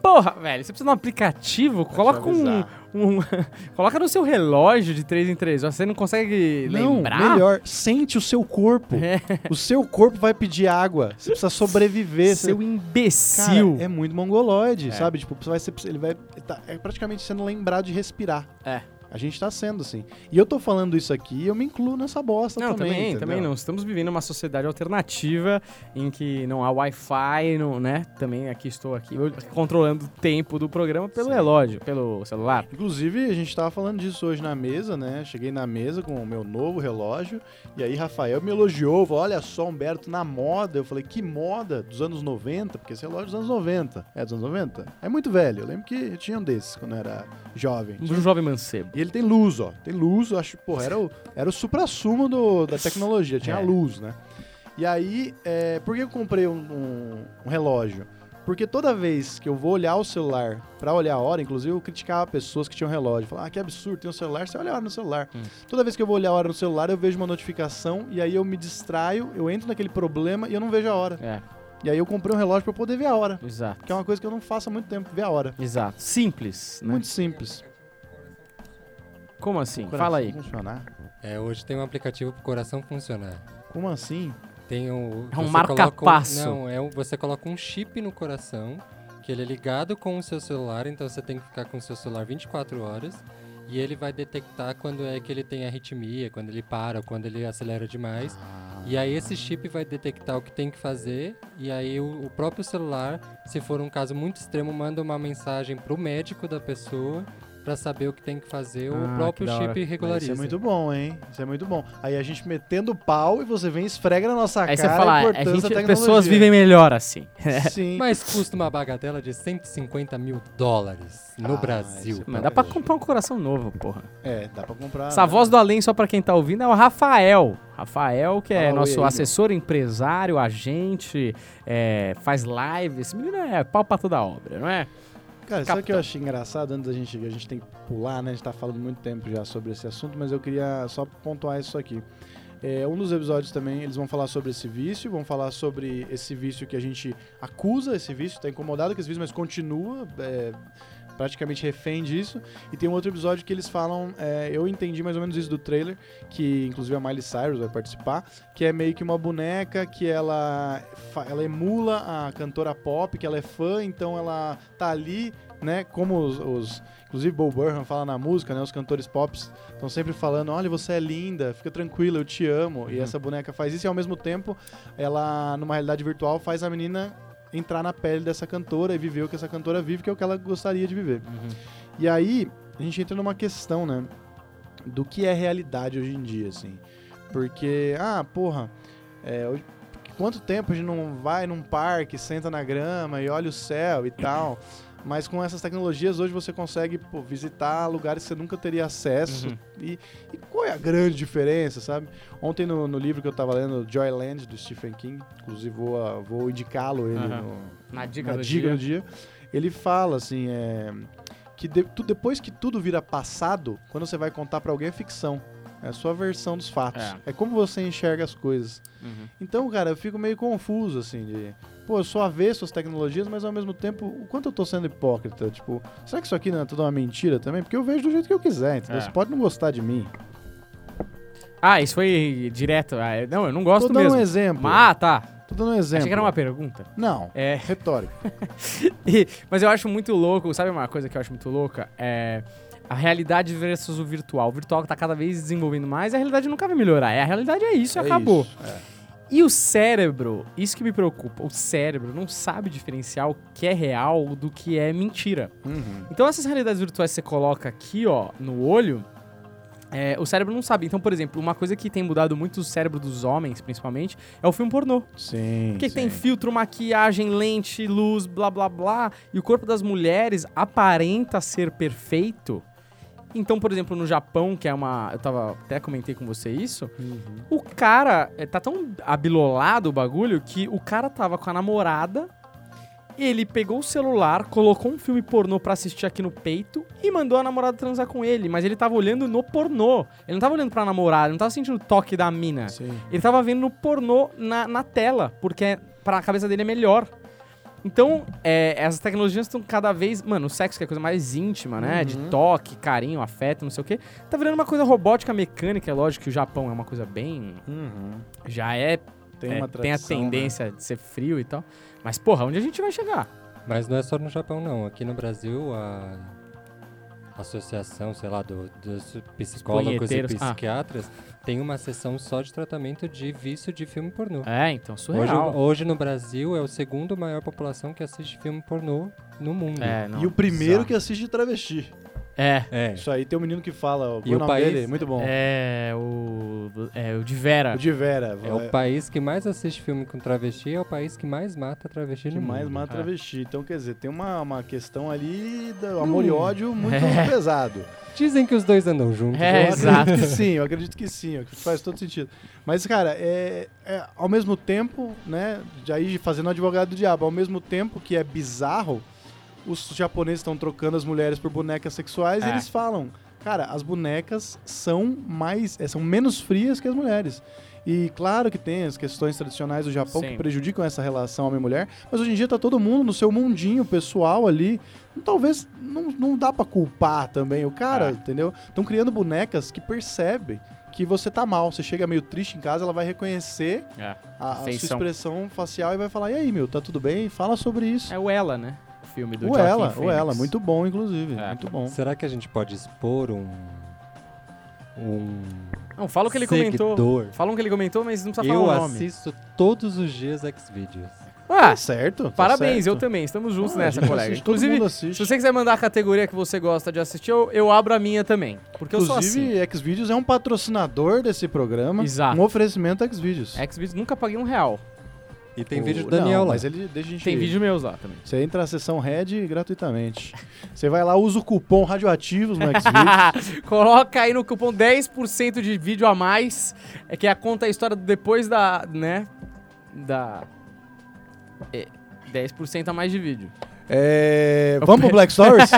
C: Porra, velho, você precisa de um aplicativo, coloca um,
D: avisar.
C: um- Coloca no seu relógio de 3 em 3 horas. Você não consegue
D: Não,
C: lembrar?
D: melhor, sente o seu corpo.
C: É.
D: O seu corpo vai pedir água. Você precisa sobreviver. Você-
C: Seu
D: Cara,
C: imbecil.
D: é muito mongoloide, sabe? Tipo, você vai ser, ele vai tá- é praticamente sendo lembrado de respirar.
C: É.
D: A gente tá sendo assim. E eu tô falando isso aqui, e eu me incluo nessa bosta
C: Não,
D: também.
C: também, também,
D: entendeu?
C: não. Estamos vivendo uma sociedade alternativa em que não há Wi-Fi, não, né? Também aqui estou aqui eu controlando o tempo do programa pelo relógio, pelo celular.
D: Inclusive, a gente tava falando disso hoje na mesa, né? Cheguei na mesa com o meu novo relógio, e aí Rafael me elogiou, falou, olha só, Humberto, na moda. Eu falei, que moda? Dos anos 90? Porque esse relógio é dos anos 90. É dos anos 90? É muito velho. Eu lembro que eu tinha um desses quando eu era jovem.
C: Um jovem mancebo.
D: E ele tem luz, ó. Tem luz, eu acho, porra, era o, era o supra-sumo do- da tecnologia, tinha
C: É.
D: luz, né? E aí, é, por que eu comprei um, um- um relógio? Porque toda vez que eu vou olhar o celular pra olhar a hora, inclusive eu criticava pessoas que tinham relógio. Falava, ah, que absurdo, tem um celular, você olha a hora no celular.
C: Hum.
D: Toda vez que eu vou olhar a hora no celular, eu vejo uma notificação e aí eu me distraio, eu entro naquele problema e eu não vejo a hora.
C: É,
D: E aí eu comprei um relógio pra eu poder ver a hora,
C: exato.
D: que é uma coisa que eu não faço há muito tempo, ver a hora.
C: Exato. Simples, né?
D: Muito simples.
C: Como assim? Fala aí.
D: Funcionar.
E: É, hoje tem um aplicativo pro coração funcionar.
D: Como assim?
E: Tem o,
C: É um
E: você
C: marca-passo.
E: coloca um- Não, é um, você coloca um chip no coração, que ele é ligado com o seu celular, então você tem que ficar com o seu celular 24 horas. E ele vai detectar quando é que ele tem arritmia, quando ele para, ou quando ele acelera demais. E aí esse chip vai detectar o que tem que fazer. E aí o, o próprio celular, se for um caso muito extremo, manda uma mensagem pro médico da pessoa pra saber o que tem que fazer. ou
C: Ah,
E: o
C: que
E: próprio
C: da hora.
E: chip
D: Mas Isso
E: regulariza.
D: é muito bom, hein? Isso é muito bom. Aí a gente metendo o pau e você vem e esfrega na nossa
C: Aí você
D: cara
C: fala,
D: a
C: "Ah, a
D: importância
C: gente,
D: da tecnologia.
C: pessoas vivem melhor assim.
D: Sim.
E: Mas custa uma bagatela de 150 mil dólares no
D: Ah,
E: Brasil.
D: isso
C: Mas dá pra comprar um coração novo, porra.
D: É, dá pra comprar.
C: Essa voz do além, só pra quem tá ouvindo, é o Rafael. Rafael, que é
D: Fala, oi aí,
C: nosso
D: meu.
C: assessor, empresário, agente, é, faz live. Esse menino é pau pra toda obra, não é?
D: Cara, sabe
C: Capitão.
D: o que eu achei engraçado antes da gente. A gente tem que pular, né? A gente tá falando muito tempo já sobre esse assunto, mas eu queria só pontuar isso aqui. É, um dos episódios também, eles vão falar sobre esse vício, vão falar sobre esse vício que a gente acusa esse vício, tá incomodado com esse vício, mas continua é, praticamente refém disso. E tem um outro episódio que eles falam, é, eu entendi mais ou menos isso do trailer, que inclusive a Miley Cyrus vai participar, que é meio que uma boneca que ela, fa- ela emula a cantora pop, que ela é fã, então ela tá ali, né, como os... os- Inclusive, Bo Burnham fala na música, né? Os cantores pop estão sempre falando: olha, você é linda, fica tranquila, eu te amo. E essa boneca faz isso, e ao mesmo tempo, ela, numa realidade virtual, faz a menina entrar na pele dessa cantora e viver o que essa cantora vive, que é o que ela gostaria de viver. E aí, a gente entra numa questão, né? Do que é realidade hoje em dia, assim. Porque, ah, porra, é, hoje- quanto tempo a gente não vai num parque, senta na grama e olha o céu e tal. Mas com essas tecnologias hoje você consegue pô, visitar lugares que você nunca teria acesso.
C: Uhum.
D: E, e qual é a grande diferença, sabe? Ontem no, no livro que eu tava lendo, Joyland, do Stephen King, inclusive vou, ah, vou indicá-lo ele
C: Aham.
D: no,
C: Na dica
D: na
C: do
D: dica
C: dia.
D: do dia, ele fala assim, é, que de- tu- depois que tudo vira passado, quando você vai contar pra alguém é ficção. É a sua versão dos fatos. É. como você enxerga as coisas.
C: Uhum.
D: Então, cara, eu fico meio confuso, assim, de... Pô, eu sou avesso às tecnologias, mas ao mesmo tempo, o quanto eu tô sendo hipócrita? Tipo, será que isso aqui não é tudo uma mentira também? Porque eu vejo do jeito que eu quiser, entendeu?
C: É.
D: Você pode não gostar de mim.
C: Ah, isso foi direto. Ah, eu- não, eu não
D: Tô
C: gosto
D: dando um
C: mesmo.
D: exemplo.
C: Ah, tá.
D: Tô dando um exemplo.
C: Achei que era uma pergunta.
D: Não,
C: É.
D: retórico.
C: E- mas eu acho muito louco, sabe uma coisa que eu acho muito louca? É a realidade versus o virtual. O virtual tá cada vez desenvolvendo mais e a realidade nunca vai melhorar. É, A realidade é isso e
D: É
C: acabou.
D: isso, é.
C: E o cérebro, isso que me preocupa, o cérebro não sabe diferenciar o que é real do que é mentira.
D: Uhum.
C: Então essas realidades virtuais que você coloca aqui, ó, no olho, é, o cérebro não sabe. Então, por exemplo, uma coisa que tem mudado muito o cérebro dos homens, principalmente, é o filme pornô.
D: Sim,
C: Porque
D: sim.
C: tem filtro, maquiagem, lente, luz, blá blá blá. E o corpo das mulheres aparenta ser perfeito. Então, por exemplo, no Japão, que é uma. Eu tava, até comentei com você isso.
D: Uhum.
C: O cara é, tá tão abilolado o bagulho que o cara tava com a namorada. Ele pegou o celular, colocou um filme pornô pra assistir aqui no peito e mandou a namorada transar com ele. Mas ele tava olhando no pornô. Ele não tava olhando pra namorada, ele não tava sentindo o toque da mina.
D: Sim.
C: Ele tava vendo no pornô na, na tela, porque é- pra cabeça dele é melhor. Então, é, essas tecnologias estão cada vez. Mano, o sexo, que é a coisa mais íntima, né? De
D: Uhum.
C: toque, carinho, afeto, não sei o quê. Tá virando uma coisa robótica, mecânica. É lógico que o Japão é uma coisa bem. Já é.
D: Uhum. Tem
C: é,
D: uma
C: tem a
D: tradição, né?
C: tendência de ser frio e tal. Mas, porra, onde a gente vai chegar?
E: Mas não é só no Japão, não. Aqui no Brasil, a associação, sei lá, do- dos psicólogos e
C: punheteiros. Ah.
E: psiquiatras tem uma sessão só de tratamento de vício de filme pornô.
C: É, então,
E: Hoje,
C: surreal.
E: hoje no Brasil é o segundo maior população que assiste filme pornô no mundo.
C: É, não.
D: E o primeiro
C: bizarro.
D: que assiste travesti.
C: É.
E: É.
D: Isso aí tem um menino que fala. O
E: E o
D: nome
E: país-
D: dele? Muito bom.
C: É o. É o de Vera.
D: O de Vera.
E: É o país que mais assiste filme com travesti e é o país que mais mata travesti
D: que
E: no
D: mais
E: mundo.
D: mata
C: É.
D: travesti. Então, quer dizer, tem uma, uma questão ali do amor e
E: Uh.
D: ódio muito
E: É.
D: pesado.
E: Dizem que os dois andam juntos.
C: É,
E: né?
D: Eu acredito
C: exato.
D: que sim, eu acredito que sim, eu acredito que faz todo sentido. Mas, cara, é, é, ao mesmo tempo, né, de aí fazendo o advogado do diabo, ao mesmo tempo que é bizarro, os japoneses estão trocando as mulheres por bonecas sexuais e
C: É.
D: eles falam, cara, as bonecas são mais, é, são menos frias que as mulheres. E claro que tem as questões tradicionais do Japão que
C: Sim.
D: prejudicam essa relação homem e mulher, mas hoje em dia tá todo mundo no seu mundinho pessoal ali. Talvez não, não dá pra culpar também o cara,
C: É.
D: entendeu? Estão criando bonecas que percebem que você tá mal. Você chega meio triste em casa, ela vai reconhecer
C: É.
D: a, a sua
C: Feição.
D: expressão facial e vai falar: E aí, meu, tá tudo bem? Fala sobre isso.
C: É o Ela, né? O filme do
D: o
C: Joaquin
D: ela, o
C: Phoenix.
D: ela, muito bom, inclusive.
C: É.
D: Muito bom.
E: Será que a gente pode expor um. Um.
C: Não, fala o que ele comentou.
E: seguidor?
C: Falam que ele comentou, mas não precisa
E: Eu
C: falar o nome.
E: assisto todos os dias Xvideos.
C: Ah,
D: Tá certo? tá
C: parabéns, eu
D: certo.
C: também. Estamos juntos
D: Ah, a
C: nessa,
D: gente
C: colega.
D: assiste, todo
C: Inclusive,
D: mundo
C: se
D: assiste.
C: você quiser mandar a categoria que você gosta de assistir, eu, eu abro a minha também. Porque eu assim.
D: Inclusive, Xvideos é um patrocinador desse programa.
C: Exato.
D: Um oferecimento Xvideos.
C: sou assim. Xvideos nunca paguei um real.
E: E tem vídeo do
D: Não,
E: Daniel lá.
D: Mas ele deixa a gente.
C: Tem vídeo meus lá também.
D: Você entra na seção Red gratuitamente. Você vai lá, usa o cupom radioativos no Xvideos.
C: Coloca aí no cupom 10% de vídeo a mais, é que é a conta a história do depois da, né, da... É, 10% a mais de vídeo.
D: É, Vamos pro Black Stories?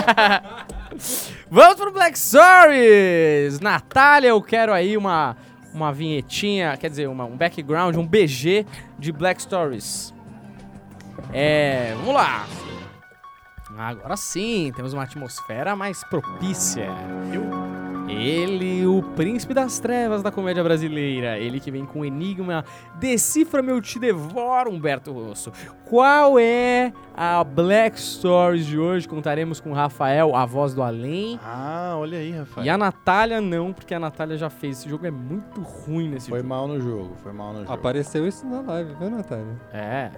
C: Vamos pro Black Stories! Natália, eu quero aí uma, uma vinhetinha, quer dizer, uma- um background, um BG de Black Stories. É, vamos lá! Agora sim, temos uma atmosfera mais propícia. Ele, o príncipe das trevas da comédia brasileira, ele que vem com o enigma Decifra-me, eu te devoro, Humberto Rosso. Qual é a Black Stories de hoje? Contaremos com o Rafael, a voz do além.
D: ah, olha aí, Rafael.
C: E a Natália não, porque a Natália já fez. Esse jogo é muito ruim nesse
D: Foi
C: jogo.
D: mal no jogo, foi mal no jogo.
E: Apareceu isso na live, viu, Natália?
C: É.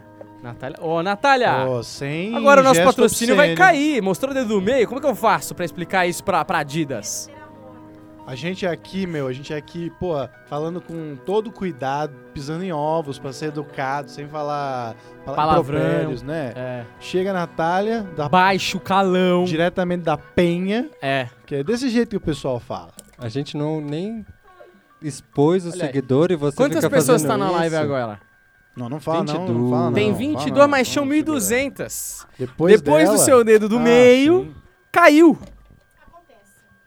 C: Natália. Ô, Natália!
D: Ó, sem
C: agora o nosso
D: gesto
C: patrocínio vai
D: obsceno.
C: cair. Mostrou o dedo do meio. Como é que eu faço pra explicar isso pra, pra Adidas?
D: A gente é aqui, meu, a gente é aqui, pô, falando com todo cuidado, pisando em ovos pra ser educado, sem falar pala-
C: Palavrão.
D: impropérios, né?
C: É.
D: Chega a Natália, da,
C: Baixo calão.
D: diretamente da Penha,
C: É.
D: que é desse jeito que o pessoal fala.
E: A gente não nem expôs o
C: Olha aí.
E: seguidor e você
C: Quantas
E: fica
C: pessoas
E: fazendo
C: tá na live
E: isso?
C: agora?
D: Não, não fala não, não
E: 22.
D: fala não.
C: Tem
D: fala
C: 22,
D: não,
C: mas
D: fala
C: um são
D: não,
C: 1.200.
D: Depois,
C: Depois do
D: dela-
C: seu dedo do
D: Ah,
C: meio,
D: sim.
C: caiu.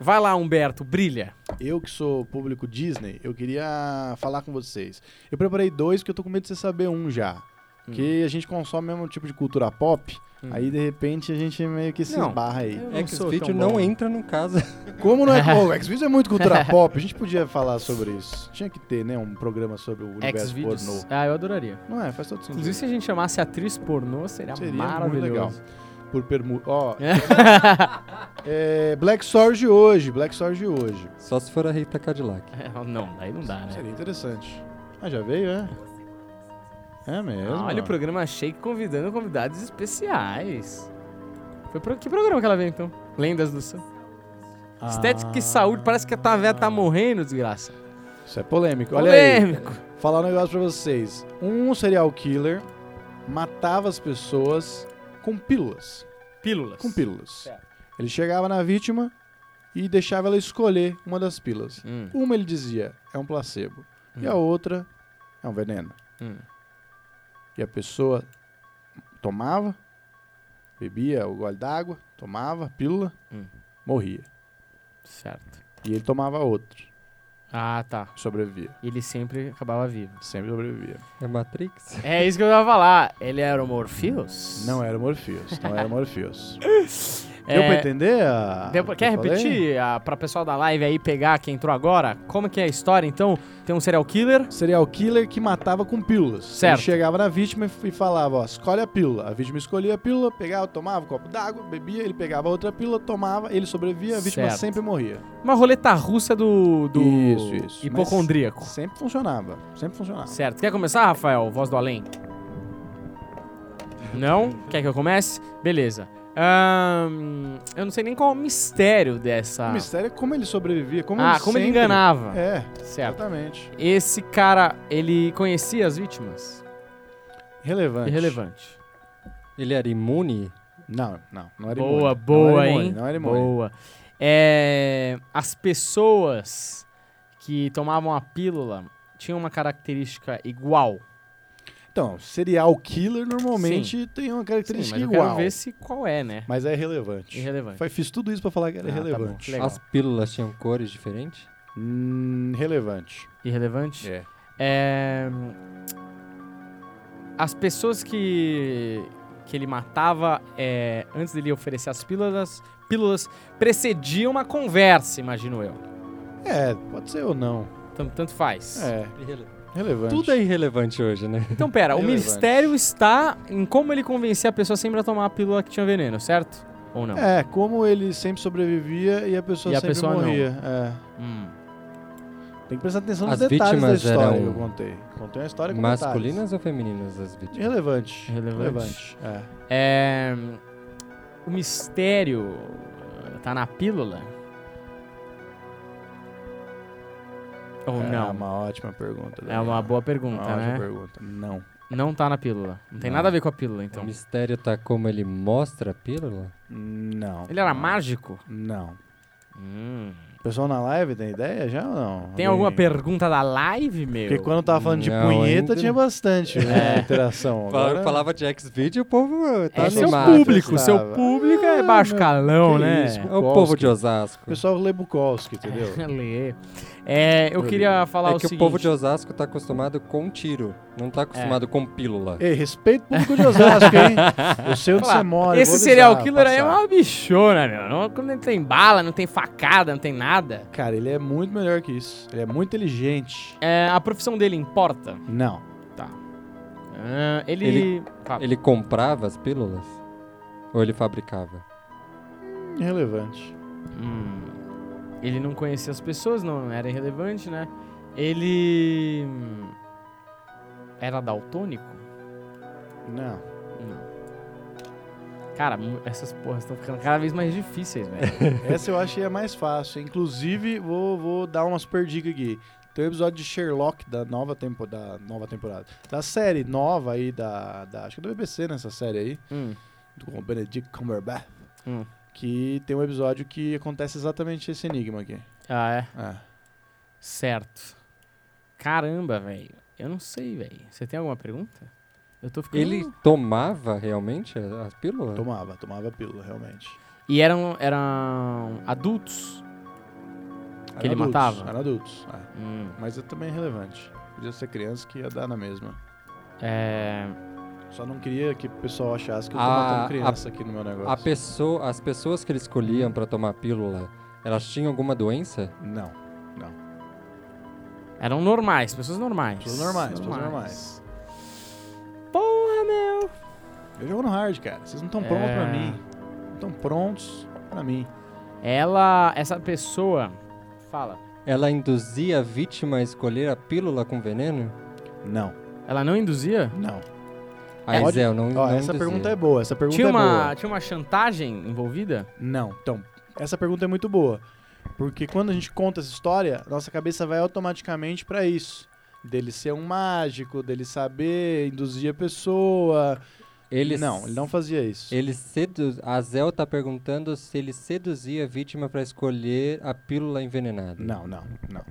C: Vai lá, Humberto, brilha.
D: Eu que sou público Disney, eu queria falar com vocês. Eu preparei dois que eu tô com medo de você saber um já.
C: Hum.
D: Porque a gente consome o mesmo tipo de cultura pop, aí de repente a gente meio que se
C: Não.
D: esbarra aí.
C: Eu não sou
E: Xvideo
C: tão
E: É não
C: bom.
E: entra no caso.
D: Como não é. Pô, o Xvideos é muito cultura pop, a gente podia falar sobre isso. Tinha que ter, né, um programa sobre o universo pornô.
C: Xvideos. Ah, eu adoraria.
D: Não é, faz todo sentido.
C: Inclusive, se a gente chamasse atriz pornô, seria,
D: Seria muito legal.
C: maravilhoso.
D: Por permuta. Ó. é, Black Stories de hoje, Black Stories de hoje.
E: Só se for a Rita Cadillac.
C: É, não, daí não dá, né?
D: Seria interessante. Ah, já veio, é? É mesmo.
C: Ah, olha o programa Shake convidando convidados especiais. Foi pro... Que programa que ela veio, então? Lendas do Sul.
D: Ah.
C: Estética e saúde, parece que a tua véia tá morrendo, desgraça.
D: Isso é polêmico. Olha aí.
C: Polêmico.
D: Falar um negócio pra vocês. Um serial killer matava as pessoas com pílulas.
C: Pílulas.
D: Com pílulas.
C: Certo.
D: Ele chegava na vítima, e deixava ela escolher uma das pílulas.
C: Hum,
D: Uma ele dizia é um placebo e a outra é um veneno.
C: hum.
D: E a pessoa tomava, bebia o gole d'água, tomava a pílula,
C: Hum.
D: morria.
C: Certo.
D: E ele tomava outra,
C: Ah, tá.
D: sobrevivia.
C: E ele sempre acabava vivo.
D: Sempre sobrevivia.
E: É Matrix?
C: É isso que eu ia falar. Ele é era o Morpheus?
D: Não é. era Morpheus, não era Morpheus.
C: É,
D: Deu pra entender? A...
C: deu
D: o
C: pra-
D: que
C: Quer
D: eu falei?
C: repetir a, pra pessoal da live aí pegar quem entrou agora? Como que é a história, então? Tem um serial killer.
D: Serial killer que matava com pílulas.
C: Certo.
D: Ele chegava na vítima e f- e falava, ó, escolhe a pílula. A vítima escolhia a pílula, pegava, tomava um copo d'água, bebia, ele pegava outra pílula, tomava, ele sobrevivia, a vítima
C: Certo.
D: sempre morria.
C: Uma roleta russa do, do
D: Isso, isso.
C: hipocondríaco.
D: Sempre funcionava, sempre funcionava.
C: Certo. Quer começar, Rafael? Voz do além? Não? Quer que eu comece? Beleza. Ahn, eu não sei nem qual é o mistério dessa.
D: O mistério é como ele sobrevivia, como
C: Tá. ah,
D: ele
C: como ele
D: sempre-
C: enganava.
D: É,
C: Certo.
D: exatamente.
C: Esse cara, ele conhecia as vítimas?
D: Relevante.
C: Irrelevante.
E: Ele era imune?
D: Não, não, não era
C: Boa,
D: imune. não
C: boa,
D: era imune,
C: hein?
D: Não era imune.
C: boa. É, as pessoas que tomavam a pílula tinham uma característica igual.
D: Então, serial killer normalmente tem uma
C: Sim,
D: característica
C: mas eu
D: igual.
C: quero ver se qual é, né?
D: Mas é relevante.
C: Irrelevante.
D: Foi- Fiz tudo isso pra falar que era
C: Ah, tá bom.
D: relevante.
C: Legal.
E: As pílulas tinham cores diferentes?
D: Hum, relevante.
C: Irrelevante?
D: É.
C: É, As pessoas que, que ele matava, é, antes dele oferecer as pílulas, pílulas precediam uma conversa, imagino eu.
D: É, pode ser ou não.
C: Então, tanto faz.
D: É, relevante.
E: Tudo é irrelevante hoje, né?
C: Então, pera, o
D: Relevante.
C: mistério está em como ele convencia a pessoa sempre a tomar a pílula que tinha veneno, certo? Ou não?
D: É, como ele sempre sobrevivia e a pessoa
C: E a
D: sempre
C: pessoa não.
D: morria. É.
C: Hum.
D: Tem que prestar atenção
E: As
D: nos detalhes da
E: vítimas
D: história que
E: eram
D: eu contei. Contei uma história com detalhes.
E: Masculinas ou femininas as vítimas?
D: Relevante.
C: Relevante.
D: Relevante. É.
C: É, O mistério tá na pílula? Ou
D: É
C: não?
D: uma ótima pergunta.
C: É
D: Daniel.
C: uma boa pergunta,
D: Uma ótima
C: né?
D: pergunta. Não.
C: Não tá na pílula. Não tem
D: Não.
C: nada a ver com a pílula,
E: O
C: então.
E: mistério tá como ele mostra a pílula?
D: Não.
C: Ele era
D: Não.
C: mágico?
D: Não. O pessoal na live tem ideia já ou não?
C: Tem
D: Hum, Alguém-
C: alguma pergunta da live, meu?
D: Porque quando tava falando de
E: Não,
D: punheta,
E: ainda
D: tinha bastante né, interação.
E: Agora...
D: Agora-
E: Falava de X-Video, o povo eh, tá
C: É seu
E: animado.
C: público,
D: estava.
C: seu público é baixo
D: Ah,
C: calão,
D: que
C: né?
D: isso,
E: É o
D: Bukowski.
E: povo de Osasco.
D: O pessoal lê Bukowski, entendeu?
C: Lê. É, eu
D: Lê.
C: queria falar
E: é
C: o
E: que
C: seguinte.
E: o povo de Osasco tá acostumado com tiro, não tá
D: É.
E: acostumado com pílula.
D: Ei, respeito o público de Osasco, hein? Eu sei onde
C: Vamos lá.
D: você mora. eu
C: Esse
D: vou
C: serial
D: avisar,
C: killer aí é
D: passar.
C: uma bichona, meu. Não, quando não tem bala, não tem facada, não tem nada.
D: Cara, ele é muito melhor que isso. Ele é muito inteligente.
C: É, a profissão dele importa?
D: Não.
C: Ah, ele... Tá.
E: Ele comprava as pílulas? Ou ele fabricava?
D: Irrelevante.
C: Hum, ele não conhecia as pessoas, não era irrelevante, né? Ele... hum, Era daltônico?
D: Não.
C: Não. Cara, mu- essas porras estão ficando cada vez mais difíceis, velho.
D: Essa eu achei a mais fácil. Inclusive, vou, vou dar uma super dica aqui. Tem um episódio de Sherlock da nova, tempo, da nova temporada. Da série nova aí, da, da. Acho que é do BBC nessa série aí.
C: Hum.
D: Com o Benedict Cumberbatch.
C: Hum.
D: Que tem um episódio que acontece exatamente esse enigma aqui.
C: Ah, é?
D: É.
C: Certo. Caramba, velho. Eu não sei, velho. Você tem alguma pergunta? Eu tô ficando...
E: Ele tomava realmente a, a pílula?
D: Hum. Tomava, tomava a pílula, realmente.
C: E eram, eram adultos?
D: Era
C: Que ele
D: adultos,
C: matava?
D: Era adultos. é.
C: Hum,
D: Mas é também relevante. Podia ser criança que ia dar na mesma.
C: é,
D: Só não queria que o pessoal achasse que eu tô
E: A-
C: Ah,
D: matando criança aqui no meu
E: A
D: negócio.
E: pessoa, as pessoas que ele escolhiam pra tomar a pílula, elas tinham alguma doença?
D: Não.
C: eram normais, pessoas normais.
D: Pessoas normais, pessoas
C: Porra, meu.
D: Eu jogo no hard, cara. Vocês não estão prontos
C: É.
D: pra mim. Não estão prontos pra mim.
C: Ela, essa pessoa, fala,
E: Ela induzia a vítima a escolher a pílula com veneno?
D: Não,
C: ela não induzia?
D: não.
E: Aí,
D: Pode-
E: Zé, eu
D: Ó,
E: não, não
D: essa
E: induzia.
D: pergunta é boa. Essa pergunta
C: Tinha
D: é
C: uma,
D: boa.
C: tinha uma chantagem envolvida?
D: Não, então, essa pergunta é muito boa. Porque quando a gente conta essa história, nossa cabeça vai automaticamente pra isso. Dele ser um mágico, dele saber induzir a pessoa.
E: Ele
D: Não, ele não fazia isso.
E: Ele seduz... A Zel tá perguntando se ele seduzia a vítima pra escolher a pílula envenenada.
D: Não, não, não.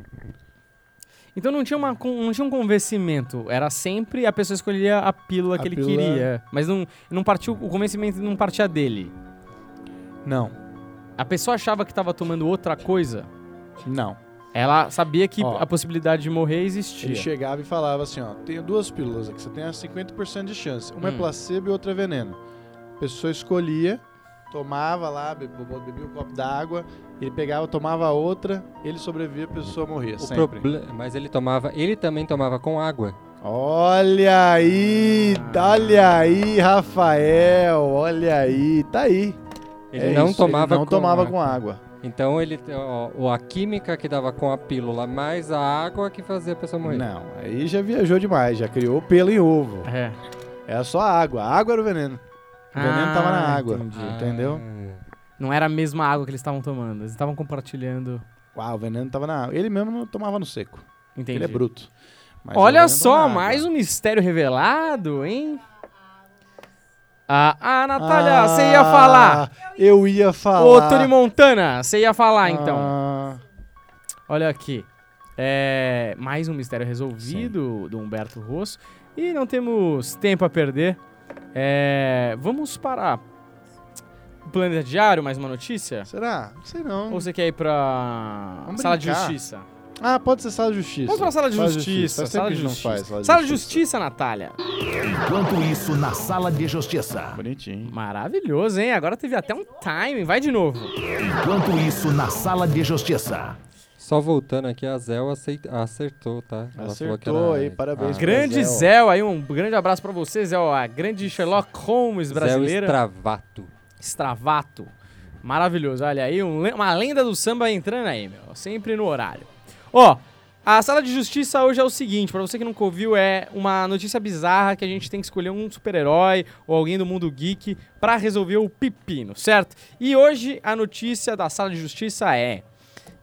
C: Então não tinha, uma, con- não tinha um convencimento. Era sempre a pessoa escolhia a pílula
D: A
C: que ele
D: pílula-
C: queria. Mas não, não partiu, o convencimento não partia dele.
D: Não,
C: A pessoa achava que estava tomando outra coisa.
D: não.
C: Ela sabia que
D: Ó.
C: a possibilidade de morrer existia.
D: Ele chegava e falava assim, ó, tenho duas pílulas aqui, você tem a 50% de chance. Uma
C: Hum.
D: é placebo e outra é veneno. A pessoa escolhia, tomava lá, be- be- bebia um copo d'água, ele pegava, tomava a outra, ele sobrevivia, a pessoa morria,
E: O
D: sempre.
E: proble- Mas ele tomava... Ele também tomava com água.
D: Olha aí, olha aí, Rafael, olha aí, tá aí.
E: Ele
D: É
E: não
D: isso,
E: tomava
D: ele não
E: com
D: tomava
E: água.
D: com água.
E: Então ele... Ó, ó, a química que dava com a pílula mais a água que fazia a pessoa morrer.
D: Não, aí já viajou demais, já criou pelo em ovo.
C: É.
D: Era só a água, a água era o veneno. O veneno
C: Ah,
D: tava na água,
E: Ah,
D: entendeu?
C: Não era a mesma água que eles estavam tomando. Eles estavam compartilhando.
D: Uau, o veneno tava na água. Ele mesmo não tomava no seco.
C: Entendi.
D: Ele é bruto. Mas
C: Olha
D: ele é
C: só,
D: anda na
C: mais
D: água.
C: um mistério revelado, hein? Ah, ah Natália,
D: Ah,
C: você ia falar.
D: Eu ia falar.
C: Ô, Tony Montana, você ia falar, então.
D: Ah,
C: Olha aqui. É, mais um mistério resolvido do Humberto Rosso. E não temos tempo a perder. É, vamos para o Planeta Diário, mais uma notícia?
D: será? Não sei não.
C: Ou você quer ir pra
D: Vamos
C: Sala de
D: brincar.
C: Justiça?
D: Ah, pode ser sala de justiça.
C: Vamos pra Sala de Justiça.
D: Faz tempo
C: Sala
D: que
C: de
D: a gente
C: Justiça.
D: não faz.
C: Sala de Justiça, Natália.
B: Enquanto isso, na sala de justiça.
D: Bonitinho.
C: Maravilhoso, hein? Agora teve até um timing. Vai de novo.
B: Enquanto isso, na sala de justiça.
E: Só voltando aqui, a Zel aceit- acertou, tá? Ela falou que
D: Acertou,
E: era-
D: hein? Parabéns pra
C: Grande
D: Ah, Zéu.
C: Zéu aí, um grande abraço pra você, Zéu. A grande Sherlock Holmes brasileira.
E: Zéu Estravato.
C: Stravato. Maravilhoso, olha aí, um le- uma lenda do samba entrando aí, meu. Sempre no horário. Ó, a sala de justiça hoje é o seguinte, pra você que nunca ouviu, é uma notícia bizarra que a gente tem que escolher um super-herói ou alguém do mundo geek pra resolver o pepino, certo? E hoje a notícia da sala de justiça é: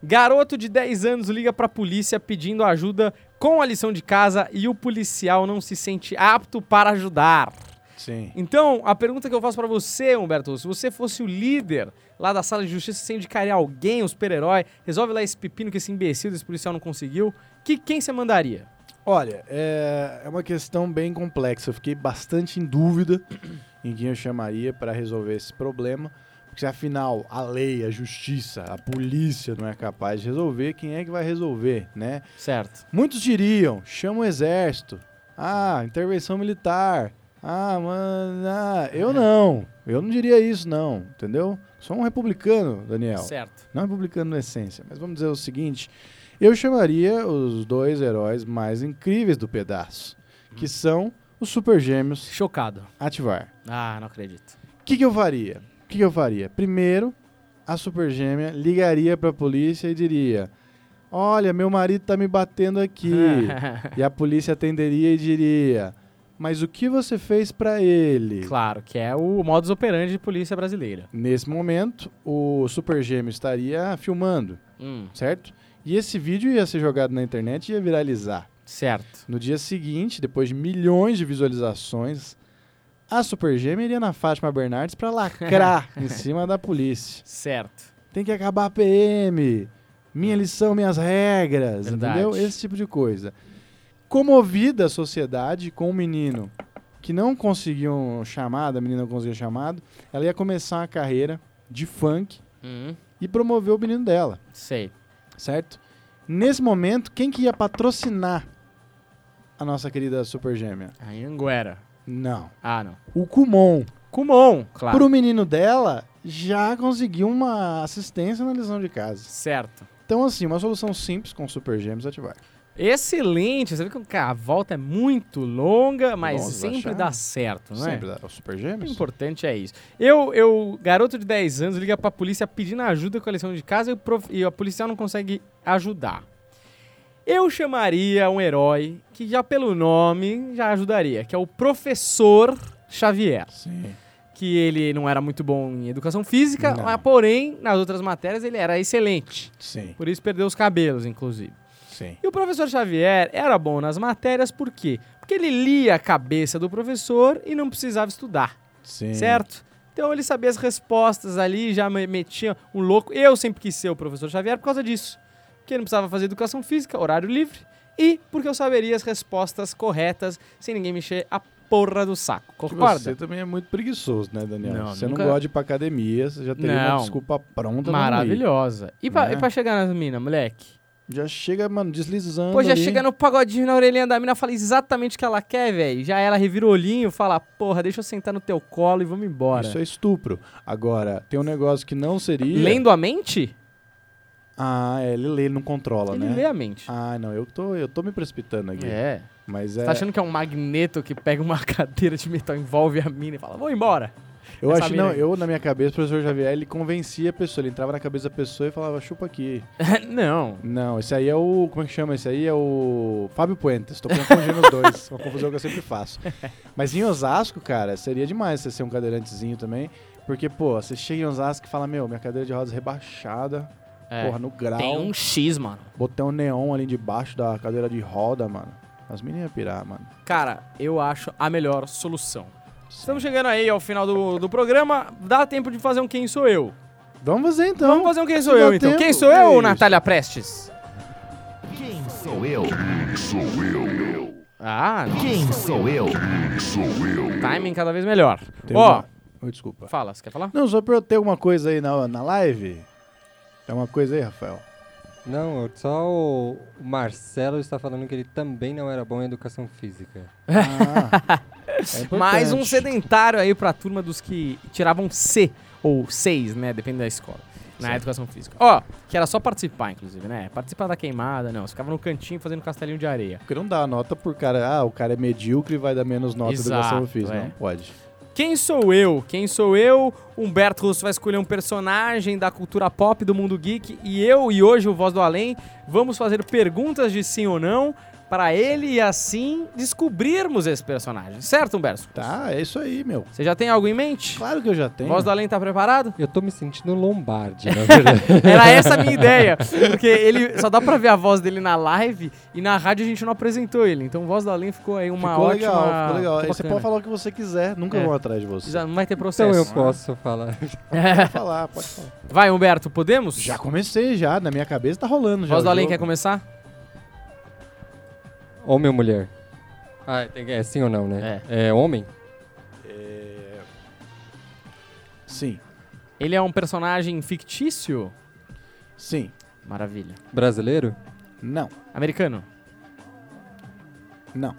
C: Garoto de 10 anos liga pra polícia pedindo ajuda com a lição de casa e o policial não se sente apto para ajudar.
D: Sim.
C: Então, a pergunta que eu faço pra você, Humberto, se você fosse o líder lá da sala de justiça, você indicaria alguém, um super-herói, resolve lá esse pepino que esse imbecil desse policial não conseguiu, que quem você mandaria?
D: Olha, é, é uma questão bem complexa. Eu fiquei bastante em dúvida em quem eu chamaria para resolver esse problema. Porque se afinal a lei, a justiça, a polícia não é capaz de resolver, quem é que vai resolver, né?
C: Certo.
D: Muitos diriam, chama o exército. Ah, intervenção militar. Ah, mano, ah,
C: É.
D: eu não. Eu não diria isso não, entendeu? Sou um republicano, Daniel.
C: Certo.
D: Não republicano na essência, mas vamos dizer o seguinte: eu chamaria os dois heróis mais incríveis do pedaço, que são os Super Gêmeos
C: Chocado.
D: Ativar.
C: Ah, não acredito.
D: O que, que eu faria? O que, que eu faria? Primeiro, a Super Gêmea ligaria pra polícia e diria: Olha, meu marido tá me batendo aqui. e a polícia atenderia e diria: Mas o que você fez pra ele?
C: claro, que é o modus operandi de polícia brasileira.
D: Nesse momento, o Super Gêmeo estaria filmando.
C: Hum,
D: certo? E esse vídeo ia ser jogado na internet e ia viralizar.
C: certo.
D: No dia seguinte, depois de milhões de visualizações, a Super Gêmea iria na Fátima Bernardes pra lacrar em cima da polícia.
C: Certo.
D: Tem que acabar a PM, minha lição, minhas regras,
C: Verdade.
D: entendeu? Esse tipo de coisa. Comovida a sociedade com o menino que não conseguiu chamada, a menina não conseguiu chamado, ela ia começar uma carreira de funk
C: Hum,
D: e promover o menino dela
C: sei.
D: certo? Nesse momento, quem que ia patrocinar a nossa querida Super Gêmea?
C: A Anguera.
D: Não.
C: Ah, não. Ah.
D: O Kumon.
C: Kumon, claro.
D: Pro menino dela, já conseguiu uma assistência na lição de casa.
C: Certo.
D: Então, assim, uma solução simples com Super Gêmeos ativar.
C: Excelente. Você vê que cara, a volta é muito longa, mas
D: Longe,
C: sempre
D: baixar.
C: dá certo, né?
D: Sempre dá o Super
C: O
D: Gêmeos?
C: importante é isso. Eu, eu, garoto de 10 anos, liga pra polícia pedindo ajuda com a lição de casa e, o prof- e a policial não consegue ajudar. Eu chamaria um herói que já pelo nome já ajudaria, que é o professor Xavier.
D: Sim.
C: Que ele não era muito bom em educação física,
D: Não.
C: mas porém, nas outras matérias ele era excelente.
D: Sim.
C: Por isso perdeu os cabelos, inclusive.
F: Sim.
C: E o professor Xavier era bom nas matérias por quê? Porque ele lia a cabeça do professor e não precisava estudar,
D: Sim.
C: certo? Então ele sabia as respostas ali, já me- metia um louco. Eu sempre quis ser o professor Xavier por causa disso. Porque eu não precisava fazer educação física, horário livre, e porque eu saberia as respostas corretas sem ninguém me encher a porra do saco.
D: Que
C: Concorda?
D: Você também é muito preguiçoso, né, Daniel?
C: Não,
D: você
C: nunca-
D: não gosta de ir pra academia, você já teria
C: Não.
D: uma desculpa pronta. pra não ir.
C: Maravilhosa. E pra,
D: Né?
C: e pra chegar nas minas, moleque?
D: Já chega, mano, deslizando.
C: Pô, já
D: ali.
C: chega no pagodinho na orelhinha da mina, fala exatamente o que ela quer, velho. Já ela revira o olhinho, fala, porra, deixa eu sentar no teu colo e vamos embora.
D: Isso é estupro. Agora, tem um negócio que não seria.
C: Lendo a mente?
D: Ah, é, ele lê, ele não controla,
C: Ele
D: né?
C: lê a mente.
D: Ah, não, eu tô, eu tô me precipitando aqui.
C: é.
D: Mas
C: Você
D: é.
C: tá achando que é um magneto que pega uma cadeira de metal, envolve a mina e fala, vou embora.
D: eu
C: essa
D: acho
C: mina
D: não,
C: aí?
D: eu na minha cabeça, o professor Xavier, ele convencia a pessoa, ele entrava na cabeça da pessoa e falava, chupa aqui.
C: Não.
D: Não, esse aí é o. Como é que chama? Esse aí é o. Fábio Puentes. Tô confundindo os dois. Uma confusão que eu sempre faço. Mas em Osasco, cara, seria demais você ser um cadeirantezinho também. Porque, pô, você chega em Osasco e fala: Meu, minha cadeira de rodas rebaixada.
C: É.
D: Porra, no grau.
C: Tem um X, mano.
D: Botei um neon ali debaixo da cadeira de roda, mano. As meninas iam pirar, mano.
C: Cara, eu acho a melhor solução. Estamos chegando aí ao final do, do programa. Dá tempo de fazer um Quem Sou Eu.
D: Vamos fazer então.
C: Vamos fazer um Quem Sou
D: dá
C: Eu, então.
D: tempo. É
C: Quem Sou Eu,
D: Isso.
C: Natália Prestes?
B: Quem sou eu?
C: Ah,
B: Quem sou eu?
C: timing cada vez melhor.
D: Tem um
C: Ó,
D: uma- Oi, desculpa.
C: fala, você quer falar?
D: Não, só pra eu ter alguma coisa aí na, na live. Tem uma coisa aí, Rafael.
E: Não, só o o Marcelo está falando que ele também não era bom em educação física.
D: Ah, é
C: Mais um
D: importante.
C: sedentário aí pra turma dos que tiravam C, ou seis, né? Depende da escola. Na educação física. Ó, que era só participar, inclusive, né? Participar da queimada, não. Você ficava no cantinho fazendo castelinho de areia.
D: Porque não dá nota por cara, ah, o cara é medíocre e vai dar menos nota do que
C: Exato,
D: eu fiz.
C: é.
D: Não pode.
C: Quem sou eu? Quem sou eu? Humberto Russo vai escolher um personagem da cultura pop do mundo geek e eu e hoje o Voz do Além vamos fazer perguntas de sim ou não pra ele e assim descobrirmos esse personagem. Certo, Humberto?
D: Tá, é isso aí, meu.
C: Você já tem algo em mente?
D: Claro que eu já tenho.
C: Voz do Além tá preparado?
E: Eu tô me sentindo Lombardi, na verdade.
C: Era essa a minha ideia. Porque ele só dá pra ver a voz dele na live e na rádio a gente não apresentou ele. Então Voz do Além ficou aí uma
D: ficou
C: ótima.
D: legal, ficou legal. Aí você
C: bacana.
D: pode falar o que você quiser, nunca
C: É.
D: vão atrás de você.
C: Já não vai ter
E: então
C: processo. É.
E: eu posso falar.
D: Pode falar, pode falar.
C: Vai, Humberto, podemos?
D: Já comecei, já. Na minha cabeça tá rolando já.
C: Voz do
D: o
C: Além quer
D: jogo.
C: começar?
E: Homem ou mulher? Ah, tem que- é sim ou não, né? É, homem?
D: Sim,
C: Ele é um personagem fictício?
D: sim,
C: Maravilha.
E: Brasileiro?
D: não,
C: Americano?
D: não,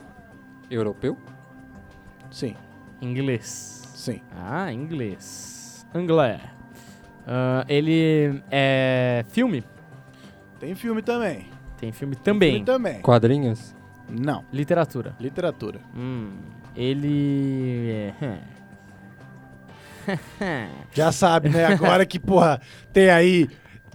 E: Europeu?
D: sim,
C: Inglês.
D: sim,
C: Ah, inglês. Anglais. Ah, ele é filme?
D: Tem filme também.
C: Tem filme também.
D: Filme também.
E: Quadrinhos?
D: Não.
C: Literatura.
D: Literatura.
C: Hum, ele. é-
D: Já sabe, né? Agora que, porra, tem aí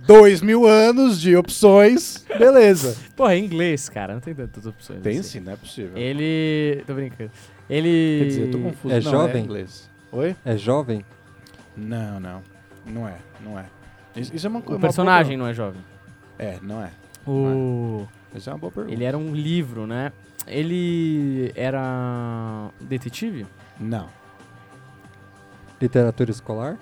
D: dois mil anos de opções. Beleza.
C: Porra, é inglês, cara. Não tem tantas opções.
D: Tem sim,
C: assim.
D: não é possível.
C: Ele. Tô brincando. Ele.
D: Quer dizer, eu tô confuso.
E: É
D: não,
E: jovem?
D: É inglês. Oi?
E: É jovem?
D: Não, não. Não é, não é. Isso, isso é uma
C: O
D: coisa.
C: personagem não é jovem.
D: É, não é.
C: O.
D: Isso é uma boa pergunta.
C: Ele era um livro, né? Ele era. detetive?
D: Não.
E: Literatura escolar?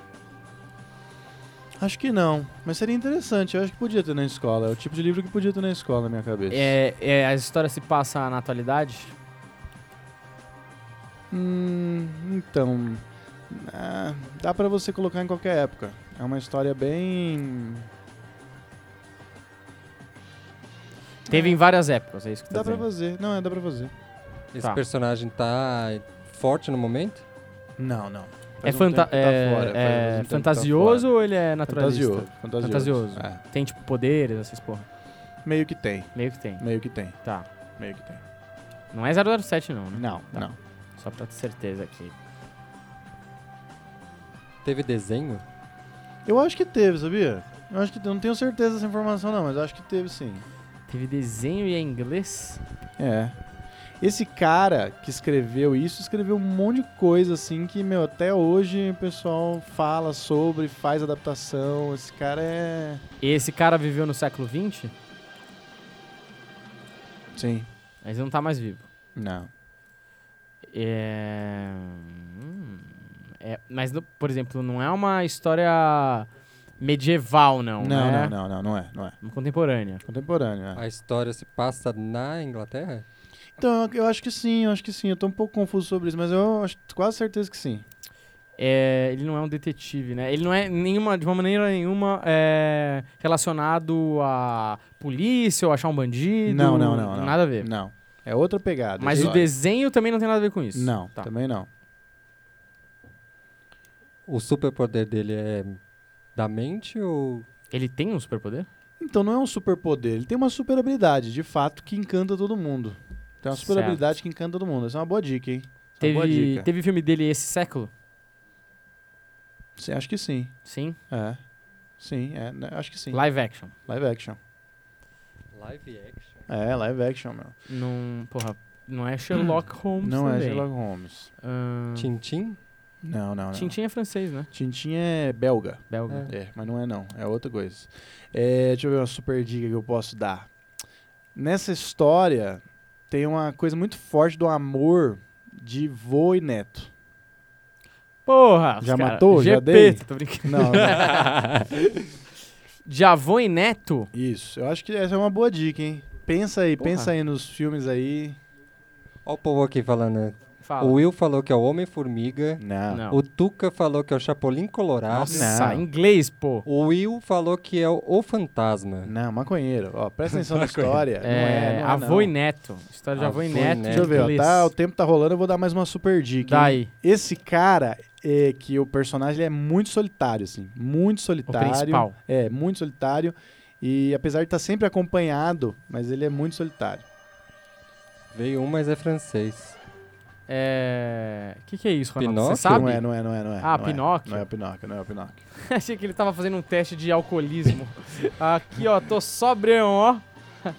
D: Acho que não. Mas seria interessante. Eu acho que podia ter na escola. É o tipo de livro que podia ter na escola, na minha cabeça.
C: É, é, a história se passa na atualidade?
D: Hum, então. ah, dá pra você colocar em qualquer época. É uma história bem.
C: Teve em várias épocas, é isso que tá
D: Dá pra
C: dizendo.
D: fazer. Não, é, dá pra fazer.
E: Esse
C: Tá.
E: personagem tá forte no momento?
D: Não, não.
C: É,
D: Faz um
C: fanta
D: tempo que tá
C: é-
D: fora, faz
C: é
D: um tempo que tá
C: fantasioso
D: fora.
C: ou ele é naturalista?
D: Fantasioso.
C: Fantasioso.
D: É.
C: Tem tipo poderes, essas porra.
D: Meio que tem.
C: Meio que tem.
D: Meio que tem.
C: Tá.
D: Meio que tem.
C: Não é 007 não, né?
D: Não,
C: Tá.
D: não.
C: Só pra ter certeza aqui.
E: Teve desenho?
D: Eu acho que teve, sabia? Eu acho que eu não tenho certeza dessa informação não, mas eu acho que teve sim.
C: Teve desenho e é inglês?
D: É. Esse cara que escreveu isso, escreveu um monte de coisa assim que, meu, até hoje o pessoal fala sobre, faz adaptação. Esse cara é
C: Esse cara viveu no século XX?
D: Sim.
C: Mas ele não tá mais vivo.
D: Não.
C: É... hum, é- Mas, no- por exemplo, não é uma história medieval, não.
D: Não, não,
C: né?
D: não, não, não, é, não é.
C: Uma Contemporânea.
D: Contemporâneo, é.
E: A história se passa na Inglaterra?
D: Então, eu acho que sim, eu acho que sim. Eu tô um pouco confuso sobre isso, mas eu acho quase certeza que sim.
C: É, ele não é um detetive, né? Ele não é nenhuma, de uma maneira nenhuma é, relacionado à polícia ou achar um bandido.
D: Não, não, não, não.
C: Nada a ver.
D: Não. É outra pegada.
C: Mas o
D: História.
C: um desenho também não tem nada a ver com isso.
D: Não,
C: Tá.
D: também não.
E: O superpoder dele é da mente ou
C: Ele tem um superpoder?
D: Então não é um superpoder, ele tem uma super habilidade, de fato, que encanta todo mundo. Tem uma super
C: Certo.
D: habilidade que encanta todo mundo. Essa é uma boa dica, hein? Essa é uma boa
C: Teve,
D: dica.
C: teve filme dele esse século?
D: Sim, acho que sim.
C: Sim.
D: É. Sim, é, né, acho que sim.
C: Live action.
D: Live action.
E: live action?
D: É, live action, meu.
C: Não, porra, não é Sherlock Holmes
D: não é
C: também.
D: Sherlock Holmes.
C: Ahn,
E: Tintim?
D: Não, não, não.
C: Tintin é francês, né?
D: Tintin é belga.
C: Belga.
D: É, mas não é não, é outra coisa. É, deixa eu ver uma super dica que eu posso dar. Nessa história tem uma coisa muito forte do amor de vô e neto.
C: Porra! os
D: Já
C: cara-
D: matou? Já
C: GP,
D: dei?
C: Tô brincando.
D: Não, né?
C: De avô e neto?
D: isso. Eu acho que essa é uma boa dica, hein? Pensa aí,
C: Porra.
D: pensa aí nos filmes aí.
E: Olha o povo aqui falando. né?
C: Fala.
E: O Will falou que é o Homem-Formiga.
D: Não.
C: Não.
E: O Tuca falou que é o Chapolin
D: né?
E: Colorado.
C: Nossa,
D: não.
C: inglês, pô.
E: O Will falou que é o, o Fantasma.
D: Não, maconheiro. Ó, presta atenção na história. Não
C: É,
D: é, não é,
C: avô
D: não.
C: e neto. História de avô, e neto.
D: Deixa eu ver, ó,
C: inglês.
D: tá, o tempo tá rolando, eu vou dar mais uma super dica. hein?
C: Daí,
D: Esse cara é que o personagem ele é muito solitário, assim, muito
C: o
D: solitário.
C: principal.
D: É, muito solitário. E apesar de estar sempre acompanhado, mas ele é muito solitário.
E: Veio um, mas é francês.
C: É... O que que é isso, Ronaldo? Você sabe?
E: Pinóquio?
D: Não é, não é, não é, não é.
C: Ah,
D: não É.
C: Pinóquio.
D: Não é o Pinóquio, não é o Pinóquio.
C: Achei que ele tava fazendo um teste de alcoolismo. Aqui, ó, tô sobrião, ó.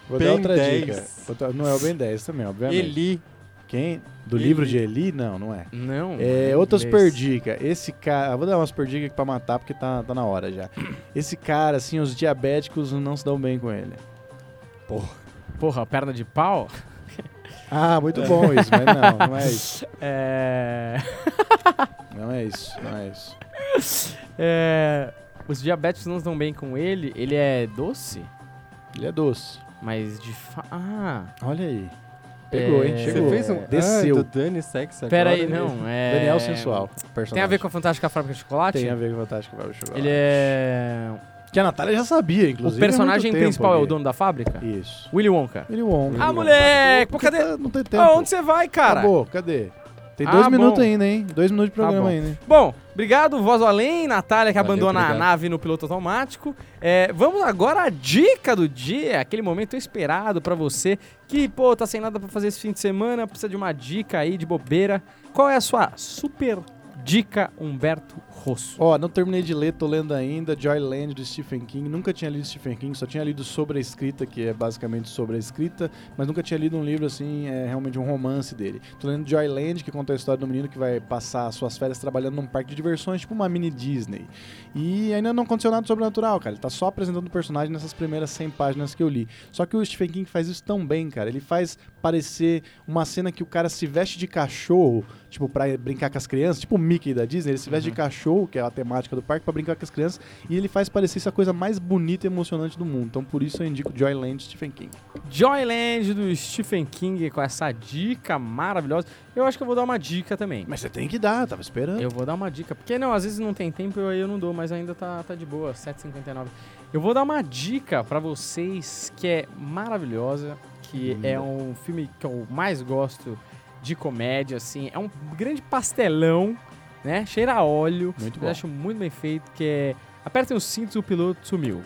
D: Vou
E: Ben
D: dar outra
E: 10.
D: dica. Vou dar- Não é o Ben 10 também, obviamente.
E: Eli.
D: Quem? Do
E: Eli.
D: livro de Eli? Não, não é.
C: Não.
D: É, outra super
C: inglês.
D: dica. Esse cara. Vou dar uma super dica aqui pra matar, porque tá, tá na hora já. Esse cara, assim, os diabéticos não se dão bem com ele.
C: Porra, perna de pau?
D: Ah, muito bom isso, mas não, não é isso.
C: É...
D: Não é isso, não é isso.
C: é... Os diabéticos não estão bem com ele. Ele é doce?
D: Ele é doce.
C: Mas de fa... Ah,
D: Olha aí. Pegou, hein?
C: É,
D: Chegou.
E: Você fez um
D: Desceu.
E: Ah, do Dani Sexo
C: pera aí,
E: agora, né?
C: não. É...
D: Daniel Sensual.
C: Tem a ver com a Fantástica Fábrica de Chocolate?
D: então tá. Tem a ver com o Fantástico Fábio Chocolate.
C: Ele é...
D: Que a Natália já sabia, inclusive.
C: o
D: há
C: personagem
D: muito tempo
C: principal é
D: ali.
C: o dono da fábrica?
D: Isso.
C: Willy Wonka.
D: Ele Wong.
C: Ah, moleque! Pô,
D: Cadê?
C: cadê?
D: Não tem tempo.
C: Ah, onde você vai, cara?
D: Acabou, cadê? Tem
C: Ah,
D: dois
C: bom.
D: minutos ainda, hein? Dois minutos de
C: Tá
D: programa
C: bom.
D: ainda. hein?
C: Bom, obrigado, Voz do Além, Natália que
E: Valeu,
C: abandona a
E: obrigado.
C: nave no piloto automático. É, vamos agora à dica do dia, aquele momento esperado pra você que, pô, tá sem nada pra fazer esse fim de semana, precisa de uma dica aí de bobeira. Qual é a sua super dica, Humberto Rosso?
D: Ó, não terminei de ler, tô lendo ainda. Joyland do Stephen King. Nunca tinha lido Stephen King, só tinha lido sobre a escrita, que é basicamente sobre a escrita, mas nunca tinha lido um livro assim, é realmente um romance dele. Tô lendo Joyland, que conta a história do menino que vai passar suas férias trabalhando num parque de diversões, tipo uma mini Disney. E ainda não aconteceu nada sobrenatural, cara. Ele tá só apresentando o personagem nessas primeiras 100 páginas que eu li. Só que o Stephen King faz isso tão bem, cara. Ele faz parecer uma cena que o cara se veste de cachorro, tipo, pra brincar com as crianças, tipo o Mickey da Disney, ele se
C: Uhum.
D: veste de cachorro, que é a temática do parque, pra brincar com as crianças, e ele faz parecer isso a coisa mais bonita e emocionante do mundo. Então por isso eu indico Joyland Stephen King.
C: Joyland do Stephen King com essa dica maravilhosa. Eu acho que eu vou dar uma dica também.
D: Mas você tem que dar, tava esperando.
C: Eu vou dar uma dica, porque não, às vezes não tem tempo e aí eu não dou, mas ainda tá, tá de boa, 7,59. Eu vou dar uma dica pra vocês que é maravilhosa, que é um filme que eu mais gosto de comédia, assim, é um grande pastelão, né? Cheira a óleo,
D: Muito
C: eu
D: bom.
C: acho muito bem feito, que é Apertem os cintos, o piloto sumiu.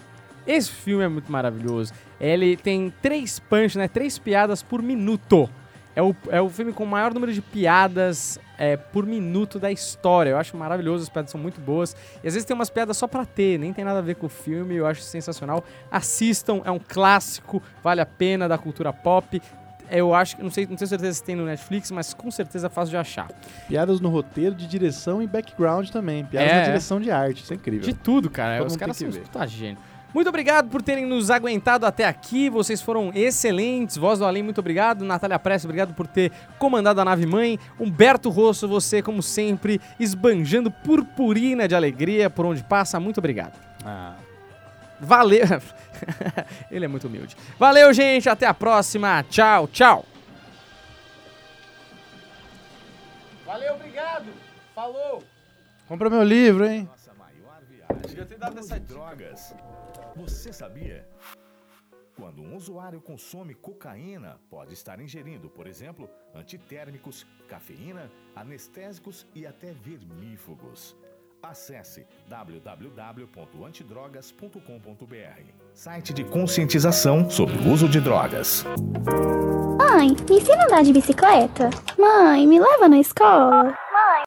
C: Esse filme é muito maravilhoso. Ele tem três punch, né? Três piadas por minuto. É o, é o filme com o maior número de piadas é, por minuto da história. Eu acho maravilhoso, as piadas são muito boas. E às vezes tem umas piadas só pra ter, nem tem nada a ver com o filme, eu acho sensacional. Assistam, é um clássico, vale a pena da cultura pop. Eu acho que, não sei, não tenho certeza se tem no Netflix, mas com certeza é fácil de achar.
D: Piadas no roteiro, de direção e background também. Piadas
C: É,
D: na
C: é.
D: direção de arte, isso é incrível.
C: De tudo, cara.
D: Todo
C: Os
D: mundo
C: caras
D: tem
C: são
D: que
C: uns
D: ver.
C: puta gênio. Muito obrigado por terem nos aguentado até aqui. Vocês foram excelentes. Voz do Além, muito obrigado. Natália Prestes, obrigado por ter comandado a nave mãe. Humberto Rosso, você, como sempre, esbanjando purpurina de alegria por onde passa. Muito obrigado.
D: Ah.
C: Valeu. Ele é muito humilde. Valeu, gente. Até a próxima. Tchau, tchau.
G: Valeu, obrigado. Falou.
D: Compra meu livro, hein?
B: Nossa maior viagem. Não use drogas. Você sabia? Quando um usuário consome cocaína, pode estar ingerindo, por exemplo, antitérmicos, cafeína, anestésicos e até vermífugos. Acesse www.antidrogas.com.br Site de conscientização sobre o uso de drogas.
H: Mãe, me ensina a andar de bicicleta. Mãe, me leva na escola.